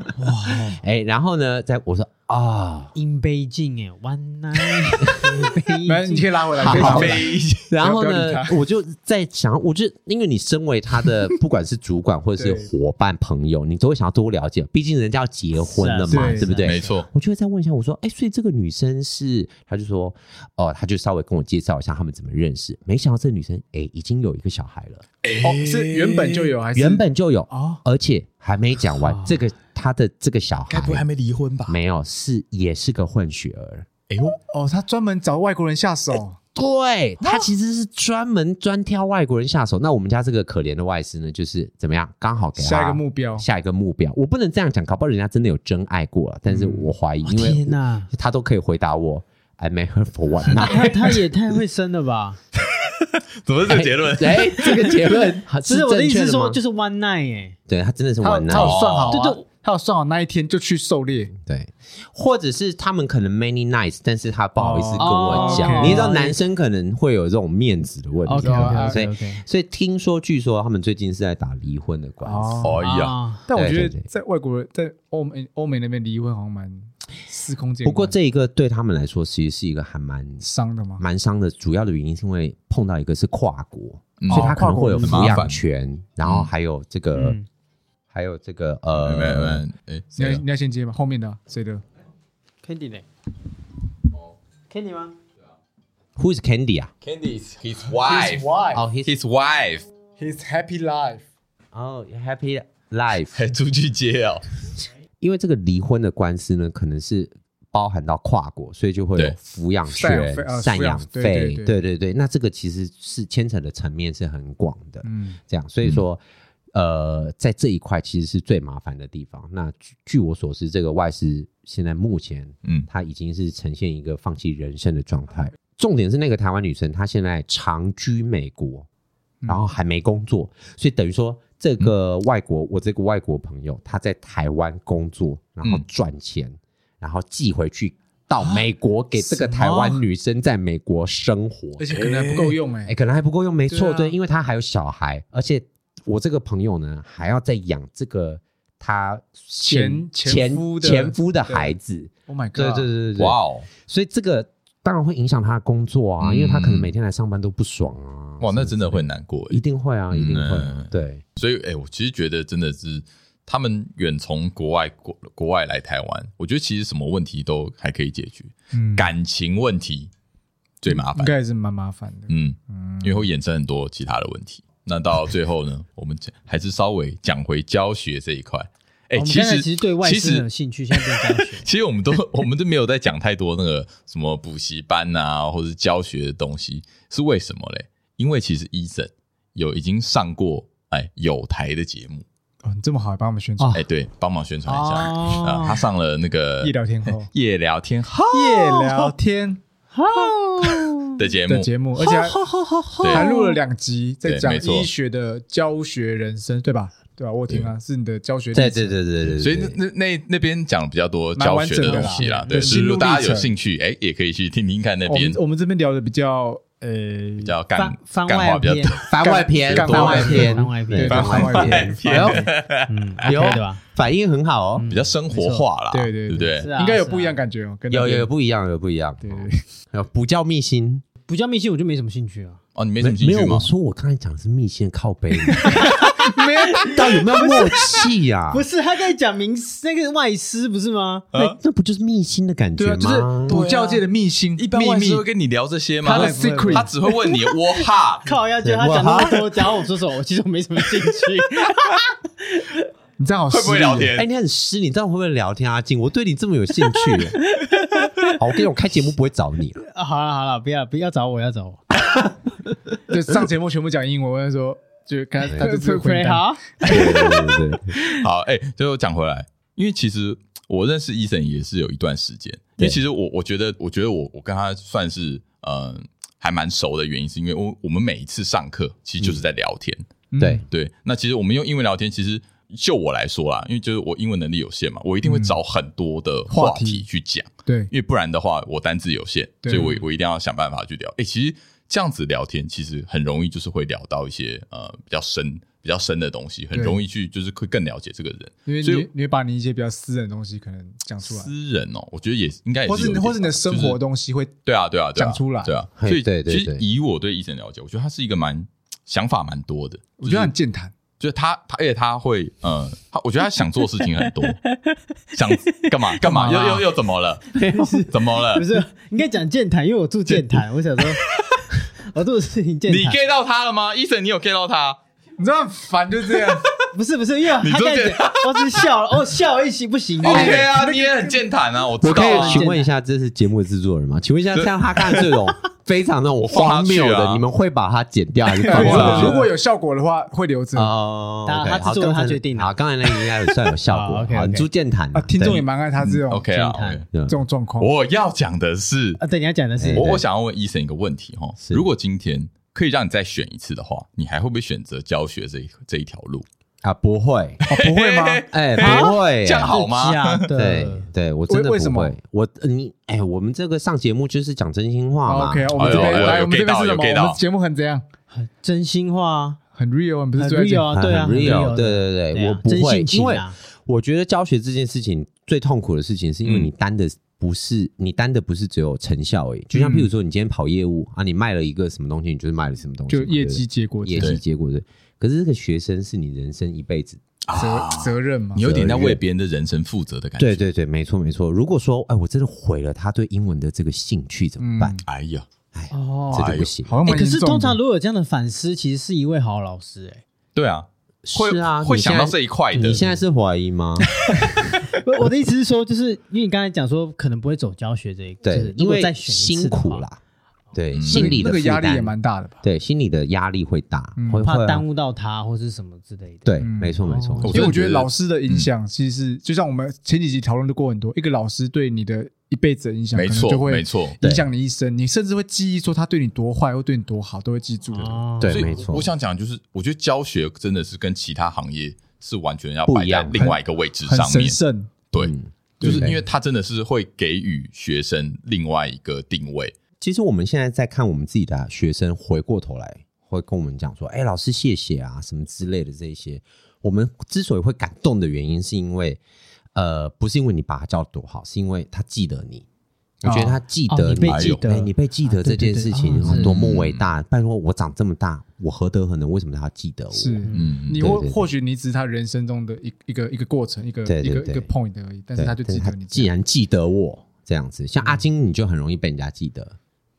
哎，然后呢，在我说啊，
in 杯 敬哎，One night，in
没有，你可以拉回来，可以拉
好
回来。
飞，
然后
不要
呢
理，
我就在想，我就因为你身为他 的不管是主管或者是
对
伙伴朋友，你都会想要多了解，毕竟人家要结婚了
是啊
嘛，
对
对不对？
没错，
我就会再问一下，我说，哎，所以这个女生是，她就说，哦，她就稍微跟我介绍一下他们怎么认识。没想到这女生，哎，已经有一个小孩了，
哎
哦，是原本就有还是
原本就有，
哦啊
而且还没讲完，这个她的这个小孩
没离婚吧
没有，是也是个混血儿。
哎呦，
哦，他专门找外国人下手，
对他其实是专门专挑外国人下手。那我们家这个可怜的外师呢，就是怎么样，刚好给他
下一个目标
下一个目标。我不能这样讲，搞不好人家真的有真爱过了，但是我怀疑，因为
哦天哪，
他都可以回答我，I met her for one night。
他他也太会生了 吧？
怎么是这个结论？
哎，这个结 论
不
是
是我的意思
正
是
确吗
说，就是 One night 哎，
对他真的是
他
one
有他有
night，
算好啊，
对对
他有算好那一天就去狩猎，
对，或者是他们可能 many nights，但是他不好意思跟我
哦
讲。
，OK
你知道男生可能会有这种面子的问题啊
哦 OK，OK，OK，OK
所以所以听说据说他们最近是在打离婚的官司。
哦，
哎呀，
啊，
但我觉
对
得
对对
在外国人在欧美欧美那边离婚好像蛮司空见惯，
不过这一个对他们来说，其实是一个还蛮
伤的吗？
蛮伤的。主要的原因是因为碰到一个是跨国，
嗯
所以他可能会有
哦
国
跨
抚养权，然后还有这个，
嗯
还有这个
没没
呃，
没，哎，
你要
谁啊
你要先接吗？后面的啊谁的？
，Candy 嘞，Candy 吗？
，Who is Candy 啊？
Candy's his wife.
wife,
哦，His
His wife，
his happy life。
哦，Happy Life。
还出去接哦，
因为这个离婚的官司呢，可能是包含到跨国，所以就会有
对
抚养
赡养
权
费啊、
赡养
抚养
费
对对对，
对对对。那这个其实是牵扯的层面是很广的，
嗯，
这样，所以说。呃，在这一块其实是最麻烦的地方。那据据我所知，这个外事现在目前，
嗯
嗯，他已经是呈现一个放弃人生的状态。重点是那个台湾女生，她现在长居美国，然后还没工作，所以等于说这个外国，我这个外国朋友，他在台湾工作，然后
嗯
赚钱，然后寄回去到美国给这个台湾女生在美国生活，
而且可能还不够用
哎、
哎，
可能还不够用，没
对
错，
啊
对，因为他还有小孩，而且我这个朋友呢，还要再养这个他现
前前
前
夫的
前夫的孩子，
，Oh my god，
对对对对对，
哇哦，
所以这个当然会影响他的工作啊，
嗯
因为他可能每天来上班都不爽啊，
哇，那真的会难过
一定会啊，一定会
嗯
啊，对，
所以，哎、我其实觉得真的是他们远从国外国国外来台湾，我觉得其实什么问题都还可以解决，
嗯
感情问题最麻
应
烦，
该也是蛮麻烦的。
嗯，因为会衍生很多 其他的问题。那到最后呢，我们讲还是稍微讲回教学这一块。哎、哎、
哦我们
其
刚才
实
其实对外
其
事很有
实。
兴趣，现在变教学
其实我们都 我们都没有在讲太多那个什么补习班啊，或是教学的东西，是为什么嘞？因为其实 Eason 有已经上过哎有台的节目，
哦，你这么好，还帮我们宣传
哎、对，帮忙宣传一下啊、
哦
他上了那个
夜聊天后
夜聊天后
夜聊天
的节目
的，节目，而且还
哦
对
还录了两集，在
对
讲
没错
医学的教学人生，对吧？对吧？我有听啊，是你的教学
对
历程
对对对对，
所以
对
那那那那边讲比较多
蛮
教
完
学
整的
东
啦
西啦，
对
对，
对
所以
心
如
路
果大家
历
有
程
兴趣，哎，也可以去听听看那
我
边
们我们这边聊的比较呃，
比较干
番番
干话
外
比较
篇
多，，
番外篇，
干
番外篇，
番外篇
对
对番外篇
哎呦
嗯，
有
OK 的吧？
反应很好哦，
比较生活化啦，
没错对
对
对
不对
是？啊，
应该有
是啊
不一样。感觉哦，跟那
有有
边
有不一样，有不一样，
对对
有补教密心，
补教密信我就没什么兴趣啊。
哦，你没
没
什么兴
没
趣
有，
吗
我？说我刚才讲的是密线靠背， 没到底有没有默契啊呀？
不是他在讲明那个外师不是吗？
那那不就是密心的感
对
觉
啊，就是
吗？
补教界的秘辛，
啊一般
秘
外
密
师会跟你聊这些吗
他？的
他
secret
他只会问你我哈，
靠，要觉得他讲那么多，讲到我说什么，我其实我没什么兴趣。
你这样好
会不会
失礼哦
聊
哎，
天？
你很湿，你知道会不会聊天？阿啊静，我对你这么有兴趣，好，我跟你讲我开节目不会找你了，
啊好了好了，不要不要找我，要找我。
就上节目全部讲英文，我就说，就看 他他就是回
对，
答。
好，
对对对对，
好，哎，最后讲回来，因为其实我认识医生也是有一段时间，因
对
为其实我我觉得，我觉得我我跟他算是呃还蛮熟的原因，是因为我我们每一次上课其实就是在聊天，
嗯
对，
对，那其实我们用英文聊天，其实就我来说啦，因为就是我英文能力有限嘛，我一定会找很多的话
嗯话
题
题
去讲，
对，
因为不然的话我单字有限，所
对
以我我一定要想办法去聊。哎、其实这样子聊天，其实很容易就是会聊到一些呃比较深、比较深的东西，很
对
容易去就是会更了解这个人。
因为
所以
你你会把你一些比较私人的东西可能讲出来，
私人哦，我觉得也是应该也
或
有
是
一
你
点
或是你的
吧
生
就
活
是
的东西会
对啊，对啊，对啊
讲出来
对啊。
嘿
所以
对对
其实
对
以我对医生了解，我觉得他是一个蛮想法蛮多的，
我觉得很健谈，
就是他，他而且他会，呃，他我觉得他想做的事情很多，想干嘛干嘛，又又又怎么了？怎么了
不？是应该讲健谈，因为我住健谈，我想说，我做的事情健
你
谈，
get 到他了吗？医生，你有 get 到
哦
他？
你知道很烦，就这样。
不是不是，因为他
做
在
健
讲，我只是笑了，哦笑了一起不行
OK 啊，你也很健谈啊，我知
我可
道
以
啊。
询问一下，这是节目的制作人吗？请问一下，像他看这种非常那种荒谬
我放上去啊
的，你们会把它剪 掉还是放
不会
上
啊
去？
如果有效果的话，会留着啊。
哦，
当然他制作人他决定的
好，刚才那个应该有算有效
好
果。
，OK，OK
好，你朱建谈嘛
啊听众也蛮爱他这种
OK 哦啊
健谈
，OK
对
这种状况。
我要讲的是，
啊！对，你要讲的是
哎
我
对
我想要问医生一个问题哈，
是
如果今天可以让你再选一次的话，你还会不会选择教学这一这一条路？
啊，不会，
哦不会吗？
哎，不会，
这样好吗？
假
对
的，
对，我真的
为为什
不
么
会。我你哎，我们这个上节目就是讲真心话
好
嘛。
啊 OK，我们这哦
哎呦哎
边
呦
来，
有
我们这
get 到
边是什
有
么？
get
我
到
们节目很怎样？
很真心话，
很 real，我们不是
很
最爱
real
讲
啊，对啊，
很
很
real，
real，
对对对，
啊
我不
真
会，
性
因
情
为
啊，
我觉得教学这件事情最痛苦的事情，是因为
嗯
你担的不是、你担的不是只有成效而已。就像譬如说，你今天跑业务、啊，你卖了一个什么东西，你就是卖了什么东西
就
嘛，
业
对不对
绩结果
业绩结果对。可是这个学生是你人生一辈子，
啊
责责任嘛
你。有点在为别人的人生负责的感觉。
对，对对，没错没错。如果说哎，我真的毁了他对英文的这个兴趣怎么办？
哎呀，
哎，
哦
这
哎
就
呦
不行。
嗯好像
哎
蛮
可
严
是
重
通常
的。
如果有这样的反思，其实是一位好老师，哎，
对啊，会
是啊，
会
你
想
现
到
在
这一块的
你。现在是怀疑吗？
不我的意思是说，就是因为你刚才讲说可能不会走教学这一个，就是
对，
如
因
果
为
再选一
辛
次的话
苦，啦，对，
嗯
心理
那
的
个
负
压力也
担
蛮大的吧？
对，心理的压力会大，会
怕
会啊
耽误到他或是什么之类的。
对，
嗯
没错没错
哦。
没
因
错
为我觉得老师的影
嗯
响其实是，就像我们前几集讨论的过很多，一个老师对你的一辈子的影响，
没
可能就
错，
会
没错，
影响你一生，你甚至会记忆说他对你多坏或对你多好，都会记住的。
哦，
对
所以
没错
我想讲就是，我觉得教学真的是跟其他行业是完全要
不
摆
一
在
样
另外一个位置
很
上
神
面。
圣，
对，
嗯
就是
对
因为它真的是会给予学生另外一个定位。
其实我们现在在看我们自己的学生，回过头来会跟我们讲说：“哎，老师谢谢啊，什么之类的这一些。”我们之所以会感动的原因，是因为呃，不是因为你把他教得多好，是因为他记得你。我觉得他记
哦
得
你被
哎
记
呦
得
哎你被记得
啊对
这
对
件
对
事
哦
情
是
多么伟大！拜托，我长这么大，我何德何能？为什么他要记得我？
是
嗯，
你
对
或
对对
或许你只是他人生中的一一个一个过程，一个
对对
一个
对
一个 point 而已，但
对，
是他就记
但是他
得你这
既
样。
然记得我这样子，像阿金，你就很容易被人家记得。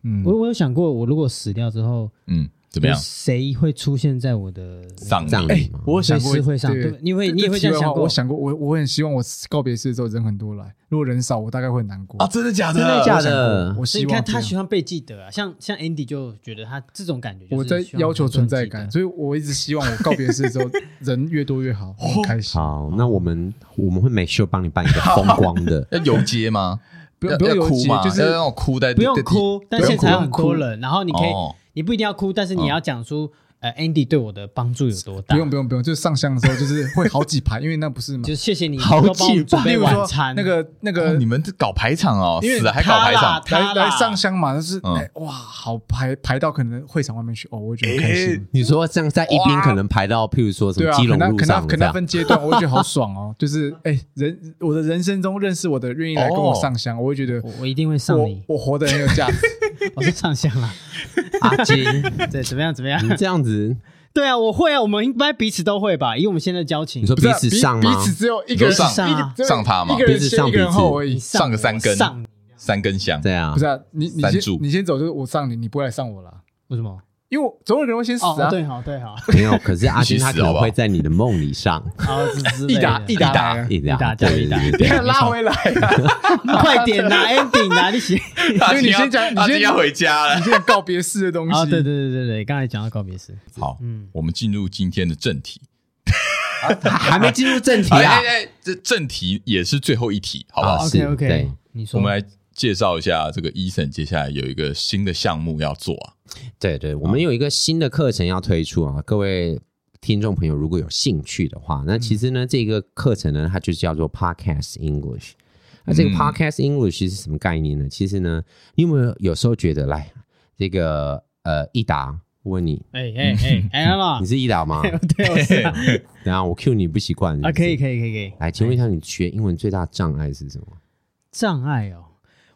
嗯
我我有想过，我如果死掉之后，
嗯，怎么样？
谁会出现在我的
上
上
哎
哎，
我
随时会上？对，你会你也会这样想过
我？想过，我我很希望我告别式的时候人很多来，如果人少，我大概会很难过
啊，。真的假的？，
真的假的
的？我
所
希
以你
望
看
这
他
样
喜欢被记得啊，像像 Andy 就觉得他这种感觉就是
我在
希望
要求
被
存在
记
感，
得
所以我一直希望我告别式的时 候人越多越好，我很开心。
好，那我们我们会每秀帮你办一个风光 的
要游街吗？
不
要
不
要
用
哭吗？
就是
要让我哭在
不用
在地哦
哭，但
不用
现场
哭
有很多人，然后你可以
哦，
你不一定要哭，但是你要讲出呃 Andy 对我的帮助有多大。
不用不用不用，就是上香的时候就是会好几排，因为那不是嘛。
就是谢谢你，
好
都帮我们
气
准
吧
例
备
如
晚
说
餐。
那个那
哦
个
你们这搞排场哦，
因为
死了还搞排
他啦
场，
他
来来
啦
上香嘛，就是
嗯
哎哇，好排排到可能会场外面去，哦，我会觉
哎
得很开心。
你说像在一边可能排到，譬如说什
对
么
啊，
基
可
隆
能
路
可能
上
可
这
能
样，
分阶段，我会觉得好爽哦。就是 哎，人我的人生中认识我的愿意来跟我
哦
上香，我会觉得
我我一定会上
我
你，
我活得很有 价值。
我是上香了。
阿 金，
对，怎么样？怎么样？
你这样子，
对啊，我会啊，我们应该彼此都会吧？以我们现在的交情，
你说
不
彼
是啊
此上
彼
吗？
此只有一个人
你说
上
一个
啊
只有
上他嘛
一个人
彼此
先
上
一个人
彼此
后而已
你。
上个
我
三根
上你
三根香，
对啊
不是，啊，你你
三
先
柱
你先走，就是我上你，你不会来上我了，
为什么？
因为我总有人会先死
哦，
啊。
对好对好，
没有。可是阿金
一起死
他可能
好不好
会在你的梦里上，
好之之类
一
的
打
一
一打
打
来啊
一
一打
打
架
对
一打
对对
你
对
看拉回来啊，
快点啦，ending 啦，你 写。
大
因为你先讲
金要
你先
大金要回家了。
你这个告别式的东
啊，
西。
对对对对对，刚才讲到告别式，
好，
嗯，
我们进入今天的正题。
还还没进入正题
哎
啊
哎，哎，这正题也是最后一题，好不
啊
好？
是
OK OK，
对
你说
我们来介绍一下这个 Eason 接下来有一个新的项目要做啊。
对对，我们有一个新的课程要推出啊，各位听众朋友如果有兴趣的话，那其实呢，这个课程呢，它就叫做 Podcast English。那这个
嗯
Podcast English 是什么概念呢？其实呢，你有没有有时候觉得，来这个呃，益达问你，
哎哎哎哎安娜
你，是益达吗？
对，我是啊
然后我 Q 你不习惯
啊，可以
以。
可以可以可以。
来，请问一下，你学英文最大的障碍是什么？
障碍哦，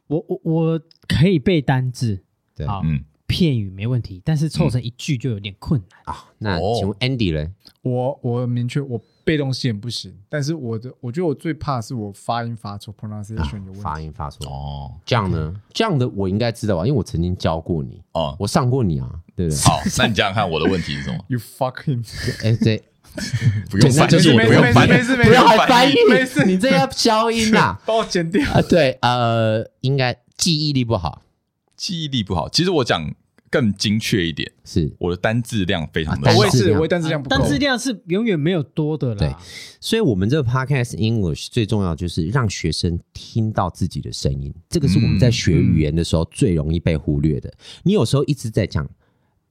我我我可以背单字，
对
好
嗯，
片语没问题，但是凑成一句就有点困难。
啊，那
哦
请问 Andy 嘞？
我我很明确，我被动性很不行，但是我的我觉得我最怕是我发音发错，pronunciation 有问
啊发
题。
音发错。
哦
这样呢？这样的我应该知道吧，啊因为我曾经教过你，
哦，
我上过你啊，对不对？
好，那你想想看我的问题是什 么？
You fucking，
哎，对，
不用翻译，
就是我
不
没事没
用翻译，
事没事没
不
事
要
用
还翻译
没事，。
你这要消音呐
帮我剪掉。
啊，对，呃，应该记忆力不好，
记忆力不好。其实我讲更精确一点，
是，
我的单字量非常的
啊单
少
我
字
也是，
量
我也单词量不够
单。字量是永远没有多的啦。
所以我们这个 podcast English 最重要就是让学生听到自己的声音，这个是我们在学语言的时候最容易被忽略的。你有时候一直在讲，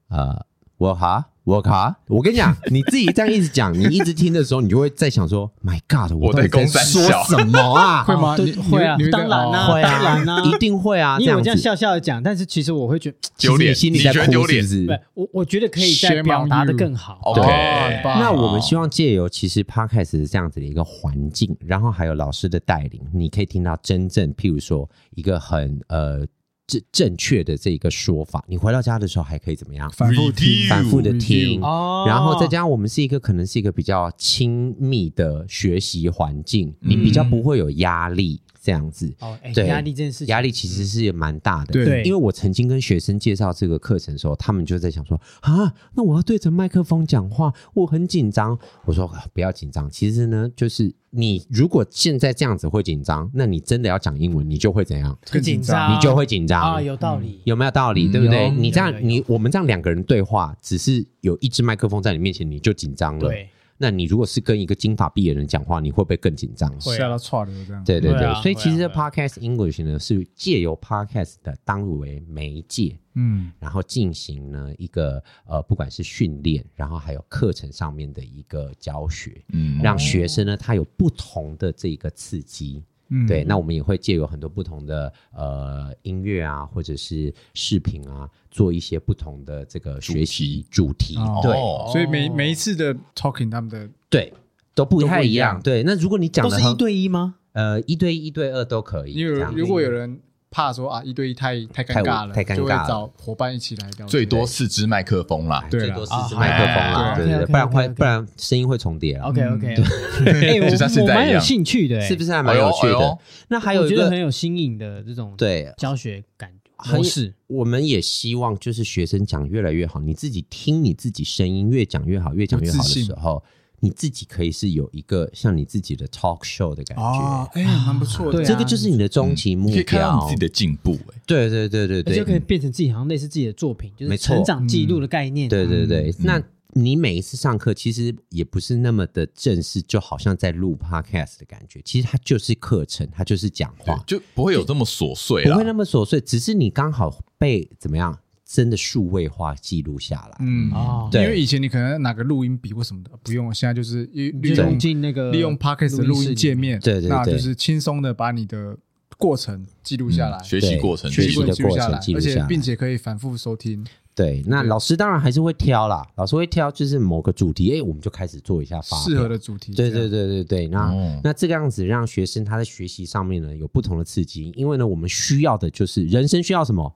呃，我哈。我哈，我跟你讲，你自己这样一直讲，你一直听的时候，你就会在想说，My God，我
我在
到底
攻
在
三
说
小
什么啊？
会吗？
对
你你
会啊
你会
当然啊
哦
会
当然啊
啊，一定会啊，
因为我
样
这
子
样笑笑的讲，但是其实我会觉得，
其实
丢脸
你心里
你
在
觉得
哭
丢
是
脸
不是？
对我我觉得可以再
Shame on
表达的
you
更好。
OK
哦很
啊
棒
那我们希望借由其实 podcast 这样子的一个环境，然后还有老师的带领，你可以听到真正，譬如说一个很呃正正确的这一个说法。你回到家的时候还可以怎么样？
反复
Review
听，
反复的听
review
哦
然后再加上我们是一个可能是一个比较亲密的学习环境，你比
嗯
较不会有压力这样子。
哦，哎，
对
压力这件事情，
压力其实是蛮大的。
对
因为我曾经跟学生介绍这个课程的时候，他们就在想说啊，那我要对着麦克风讲话，我很紧张。我说、啊不要紧张，其实呢，就是你如果现在这样子会紧张，那你真的要讲英文，你就会怎样？
很紧张，
你就会紧张。
啊，有道理。
有没有道理？对不对？
有
你这样
有，有有
你我们这样两个人对话，只是有一只麦克风在你面前，你就紧张了。
对，
那你如果是跟一个金发碧眼人讲话，你会不会更紧张？
会啊
吓到岔流这样。
对对
对
对，
啊
所以其实
会
这
啊会啊
podcast English 呢是借由 podcast 的当为媒介，
嗯，
然后进行呢一个呃，不管是训练，然后还有课程上面的一个教学，
嗯，
让学生呢他有不同的这个刺激。
嗯
对，那我们也会借由很多不同的呃音乐啊，或者是视频啊，做一些不同的这个学习主题。
哦
对、
哦
所以每每一次的 talking 他们的
对，都不
都
太
不一
一样。
样
对，那如果你讲
都
的
是一对一吗？
呃一对一、一对二都可以。
因为
这样
如果有人怕说啊一对一太太尴
太
尬了，
太尴尬
就会
了
找伙伴一起来聊。
最多四支麦克风啦。
对
哎最
啦
多四
啊
支麦克风
好
啦，对对对，
OK，OK，OK，OK
不然会不然声音会重叠啊，
OK OK，哎，
就像现
我
在
我
一样
蛮有兴趣的，哎
是不是还蛮有趣
哎呦哎呦
的？那还有
我
一
觉得
个
很有新颖的这种
对
教学感觉
很
模式
我们也希望就是学生讲越来越好，你自己听你自己声音越讲越好，越讲越好
有自
的
信
时候，你自己可以是有一个像你自己的 talk show 的感觉。
哦，哎，蛮不错
啊
的，
这个就是你的终极目
你可以看到
标
你自己，的进步，哎，
对对对对
而且
对
可以变成自己好像类似自己的作品，就是
没错
成长记录的概念啊。
对对对。
嗯
那你每一次上课其实也不是那么的正式，就好像在录 podcast 的感觉，其实它就是课程，它就是讲话
对，，就不会有这么琐碎
不
啦嗯
会。那么琐碎，只是你刚好被怎么样真的数位化记录下来。
嗯，
哦，
对
因为以前你可能拿个录音笔或什么的，不用，现在就是利
你
利
就
用
走进那个
利用 Pocket 的录
室
音
里
界面，
对对对
那就是轻松的把你的过程记录下来，
学习过程，
对
其
习
实
嗯习的
记录下
过
来
程记，录
而
下
且
来
并且可以反复收听。
对，那
对
老师当然还是会挑啦，老师会挑就是某个主题，哎、我们就开始做一下发
适
表
合。的主题，
对
这样，
对对对对，那、
哦
那这个样子让学生他在学习上面呢有不同的刺激，因为呢我们需要的就是人生需要什么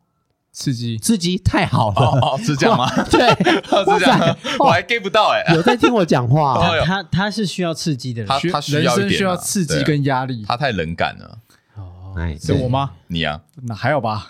刺激，
刺激，太好
哦
了，
哦，是这样吗？
对，
是这样吗， 我还 get 不到哎，
有在听我讲话、
哎呦
他他是需要刺激的人
他
学
需
人
要一
生
点
需要
啊
刺
对
激
啊
跟压力。
他太冷感了，
哎，
是我
对
吗？
你啊，
那还有 吧，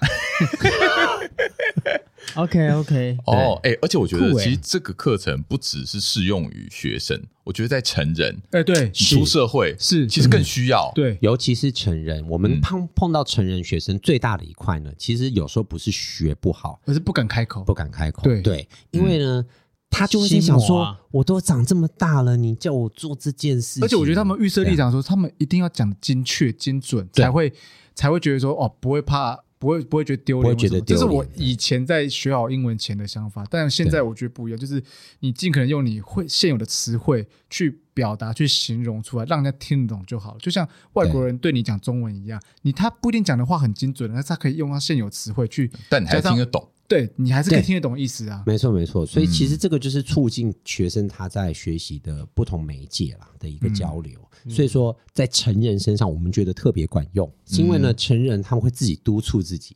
OK OK，
哦，哎，而且我觉得
酷
欸
哎
其实这个课程不只是适用于学生，我觉得在成人。
哎，对，
你出社会
是
其实更需要，
对，
尤其是成人，我
嗯
们碰碰到成人学生最大的一块呢，其实有时候不是学不好，
我是不敢开口
不。敢开口。
对
因为呢，他就会在想
心魔
说，
啊
我都长这么大了，你叫我做这件事情，
而且我觉得他们预设立场说，他们一定要讲得精确、精准，
啊对
才会才会觉得说，哦，不会怕，不会不会觉得丢脸
不会
或什么，
觉得
这是
丢
我
脸
以前在学好英文前的想法，但现在我觉得不一样，就是你尽可能用你会现有的词汇去表达、去形容出来，让人家听得懂就好了。就像外国人对你讲中文一样，你他不一定讲的话很精准，但是他可以用他现有词汇去，
但你还
加上
听得懂，
对你还是可以
对
听得懂意思啊。
没错没错，所以其实这个就是促进学生他在学习的不同媒介啦的一个交流。所以说，在成人身上，我们觉得特别管用，是因为呢，成人他们会自己督促自己，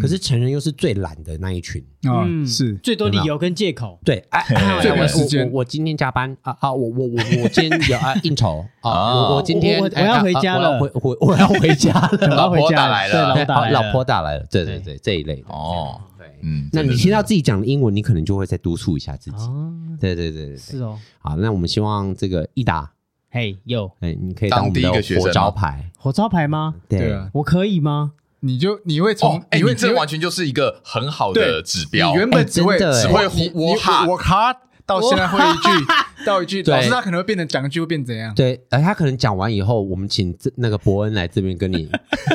可是成人又是最懒的那一群。
嗯啊、
嗯，
是
最多理由跟借口。
对，哎，啊
最没
我
时
间
我我我今天加班啊啊，我我我我今天有啊应酬啊，
啊
我我今天
我我
哎
我要
啊
回
啊
家
我要
了
回回我要回家 了，
老婆
回家
打来
对
了
老
对
婆打
啊
来
老
了
婆打来了，对对
对
对，这一类的
哦，
对。
嗯，
那
真
你
的
听到自己讲的英文，你可能就会再督促一下自己。
哦，
对对对对
是
对，
哦，
好，那我们希望这个一打，
嘿，有
哎，你可以
当
我们
第一
的
个学生
活
吗
招牌，
火招牌吗？
对啊，
我可以吗？
你就你会从、
哦，哎，
你会
你这
会
完全就是一个很好的
对
指标，
你原本只会、
哎真的
只会
你
我
你
哈
我哈，到现在会一句 到一句，
对
老师他可能会变成讲一句会变怎样？
对，哎，他可能讲完以后，我们请这那个伯恩来这边 跟你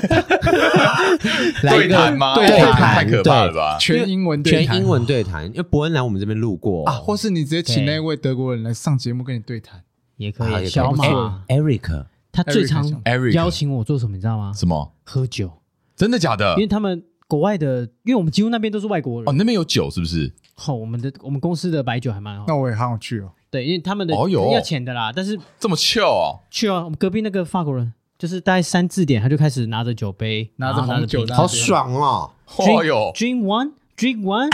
来一
对
个
谈吗？
对
哇
谈
太可怕了吧？
全英文对
全
谈
英文对谈，因为伯恩来我们这边路过
啊，或是你直接请那位德国人来上节目跟你对谈，
也可
啊
以，
也
小
可以
马，
哎 Eric，
他最
Eric
常
小马
Eric
邀请我做什么，你知道吗？
什么？
喝酒，
真的假的
因？为他们国外的，因为我们几乎那边都是外国
呃哦，
人，
那边有酒是不是？
哦，我们的我们公司的白酒还蛮好
那，我也好想去哦。
对，因为他们的
哦哟
要钱的啦，但是
这么 chill 哦，
去啊，我们隔壁那个法国人，就是大概三四点他就开始拿着酒杯，
拿着
然后拿
红酒
瓶
拿
好
着
爽哦！
哦哟，
Drink one, drink one，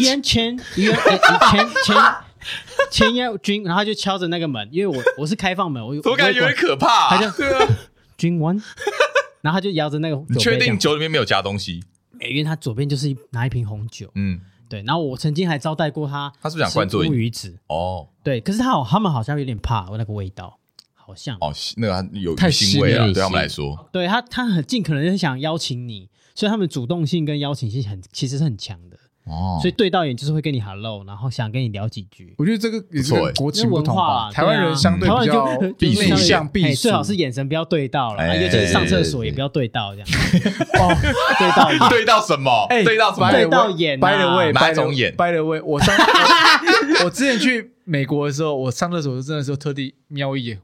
一元钱，一元哎哎钱钱钱要 drink，然后他就敲着那个门，因为我我是开放门，我
怎么感觉有点可怕
他
啊？
就
对啊
drink one，然后他就摇着那个酒 杯
你确
这样
定酒里面没有加东西？
哎因为他左边就是一拿一瓶红酒，
嗯，
对，然后我曾经还招待过他，
他是不是想灌醉
吃
你
乌鱼子，
哦
对，可是他好他们好像有点怕那个味道，好像，
哦，那个它有
太
鱼腥味
腥
啊，
了
对他们来说，
对他他很尽可能是想邀请你，所以他们主动性跟邀请性很其实是很强的，
哦
所以对到眼就是会跟你 hello，然后想跟你聊几句。
我觉得这个也是
不错
跟
哎
国情不
欸文
同
化
吧，
啦，
台湾人相对
对啊
比较
台湾人就
避
就是
暑
相对
避暑
哎最好是眼神不要对到了，
哎
尤其是上厕所也不要对到 这样。哦，对到眼，
对到什么？
哎
对到什么？
对到眼啊
掰了位，
哪种眼
掰了位。我 上我之前去美国的时候，我上厕所真的时候特地瞄一眼，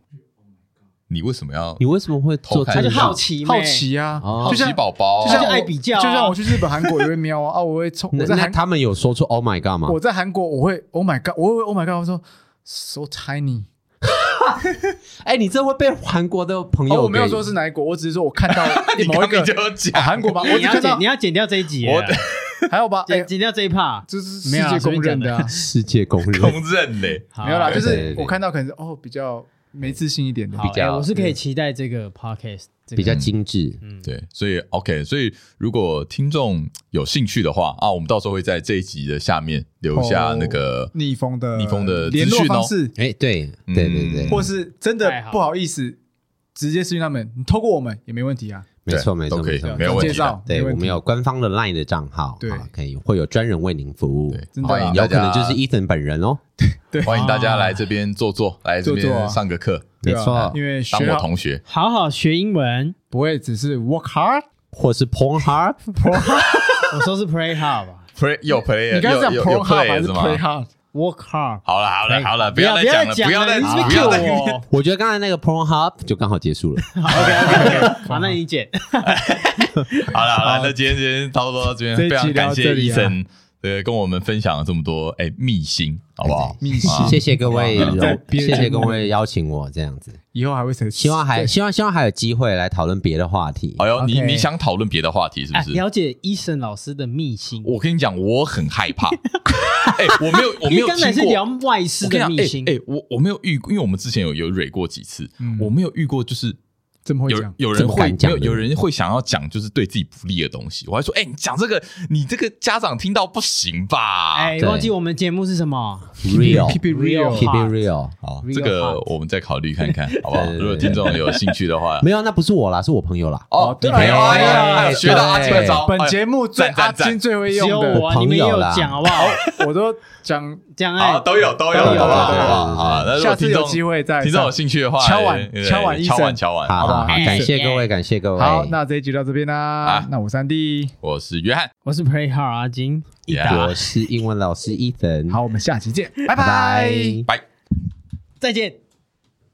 你为什么要
你为什么会做
偷看
他
这
就
个
好奇，
好，奇啊，
哦
好
就
奇
像
宝宝
就像
他就
我
爱比较啊
就像我去日本、韩国也会瞄啊，啊，我会从我
那
在
那
韩
他们有说出 “Oh my God” 吗？
我在韩国，我会 Oh my God，我会 Oh my God，我说 So tiny。
哎，你这会被韩国的朋
哦，
友
我没有
给
说是哪一国，我只是说我看到
你
某一
刚
个
刚就有
啊
讲
韩国吧，我
你
只
要
看
剪
到哎
你要剪掉这一集 耶，
我
还有吧，哎
剪，剪掉这一 part。
这是世
没有啦
界公认的啊，
世界公认，
公认的，
好
没有啦，就
对
是
对对
我看到可能是哦比较没自信一点的
好，
比较
哎我是可以期待这个 podcast 这个
比较精致。
嗯，
嗯对，所以 OK，所以如果听众有兴趣的话啊，我们到时候会在这一集的下面留
哦
下那个
逆风的
逆风的
联
资
络
讯哦
方式，
哎，对对对对，
或是真的
太好了
不好意思，直接私信他们，你透过我们也没问题啊。
没错
对
没错
都可以
嗯没错，
没有问
介
题的
绍。
对
没
我
问题
们有官方的 LINE 的账号，
对
啊可以会有专人为您服务
对，
真的
欢
啊
迎
有
大
可
家，
能就是 Ethan 本人哦，
欢迎大家来这边坐坐，来这
坐坐
边
啊
上个课，
对啊
没错
因为
当
学
我
好
同学。
好好学英文，
不会只是 work hard，
或是 Pornhub，
我说是 play hard 吧
Play 有 play，
你刚才讲
有有
pro
有
hard 还
play
是
是
play 哎
吗？
hard？
，work hard。
好了好了好了，
不
要再讲
了，
不要再
你是
不
是 cue
要再
我？
我觉得刚才那个 Pornhub 就刚好结束了。
好，那你剪。
好了好了，那今天今天差不多到这边，
这一
非
集
常感
聊
谢
到这里
医
啊
生，对，跟我们分享了这么多，哎，秘辛，好不好？
密信
谢谢各位
好不好在，别的
谢谢
节
各
目
位邀请我这样子，
以后还会谁？
希望还希望希望还有机会来讨论别的话题。
哎呦，你
OK
你想讨论别的话题是不
哎，
是？
了解医生老师的秘辛。
我跟你讲，我很害怕。哎、我没有，我没
因
有
为刚才是
听
聊
过。
外师
我跟
的
你
秘
讲，
辛
哎、哎，我我没有遇，因为我们之前有有蕊过几次，
嗯
我没有遇过，就是
这么会
有
讲，
有人
这么
会
敢
没
讲
有
的
有人会想要讲就是对自己不利的东西，我还说，哎、你讲这个，你这个家长听到不行吧？
哎，
对
忘记我们节目是什么
Real
keep it real，
keep it real，
好，
real
这个我们再考虑看看，好不好？
对对对
如果听众有兴趣的话，
没有，那不是我啦，是我朋友啦。
哦，
对啊
你朋友哎呀
对
哎呀学到阿金的招，
本
哎
节目最
赞赞
阿金
赞
最会
只
用
有
的，
我啊，
朋
你
友
们也有
啦
讲好不好？
我都讲，
讲哎
好，，啊都有都有，
都
好
有
不好？
对对对
好不好？那如果
下次
听众
有机会再
听众有兴趣的话，
敲碗
哎对
敲碗医
敲碗
生
敲碗，
好
好不
好好，
好？
感谢各位，感谢各位。
好，那这一集到这边啦
啊。
那我三弟，
我是约翰，
我是 play hard 阿金。
耶，
我是英文老师 Ethan，
好，我们下期见，拜
拜
拜。
拜。
拜。
再见。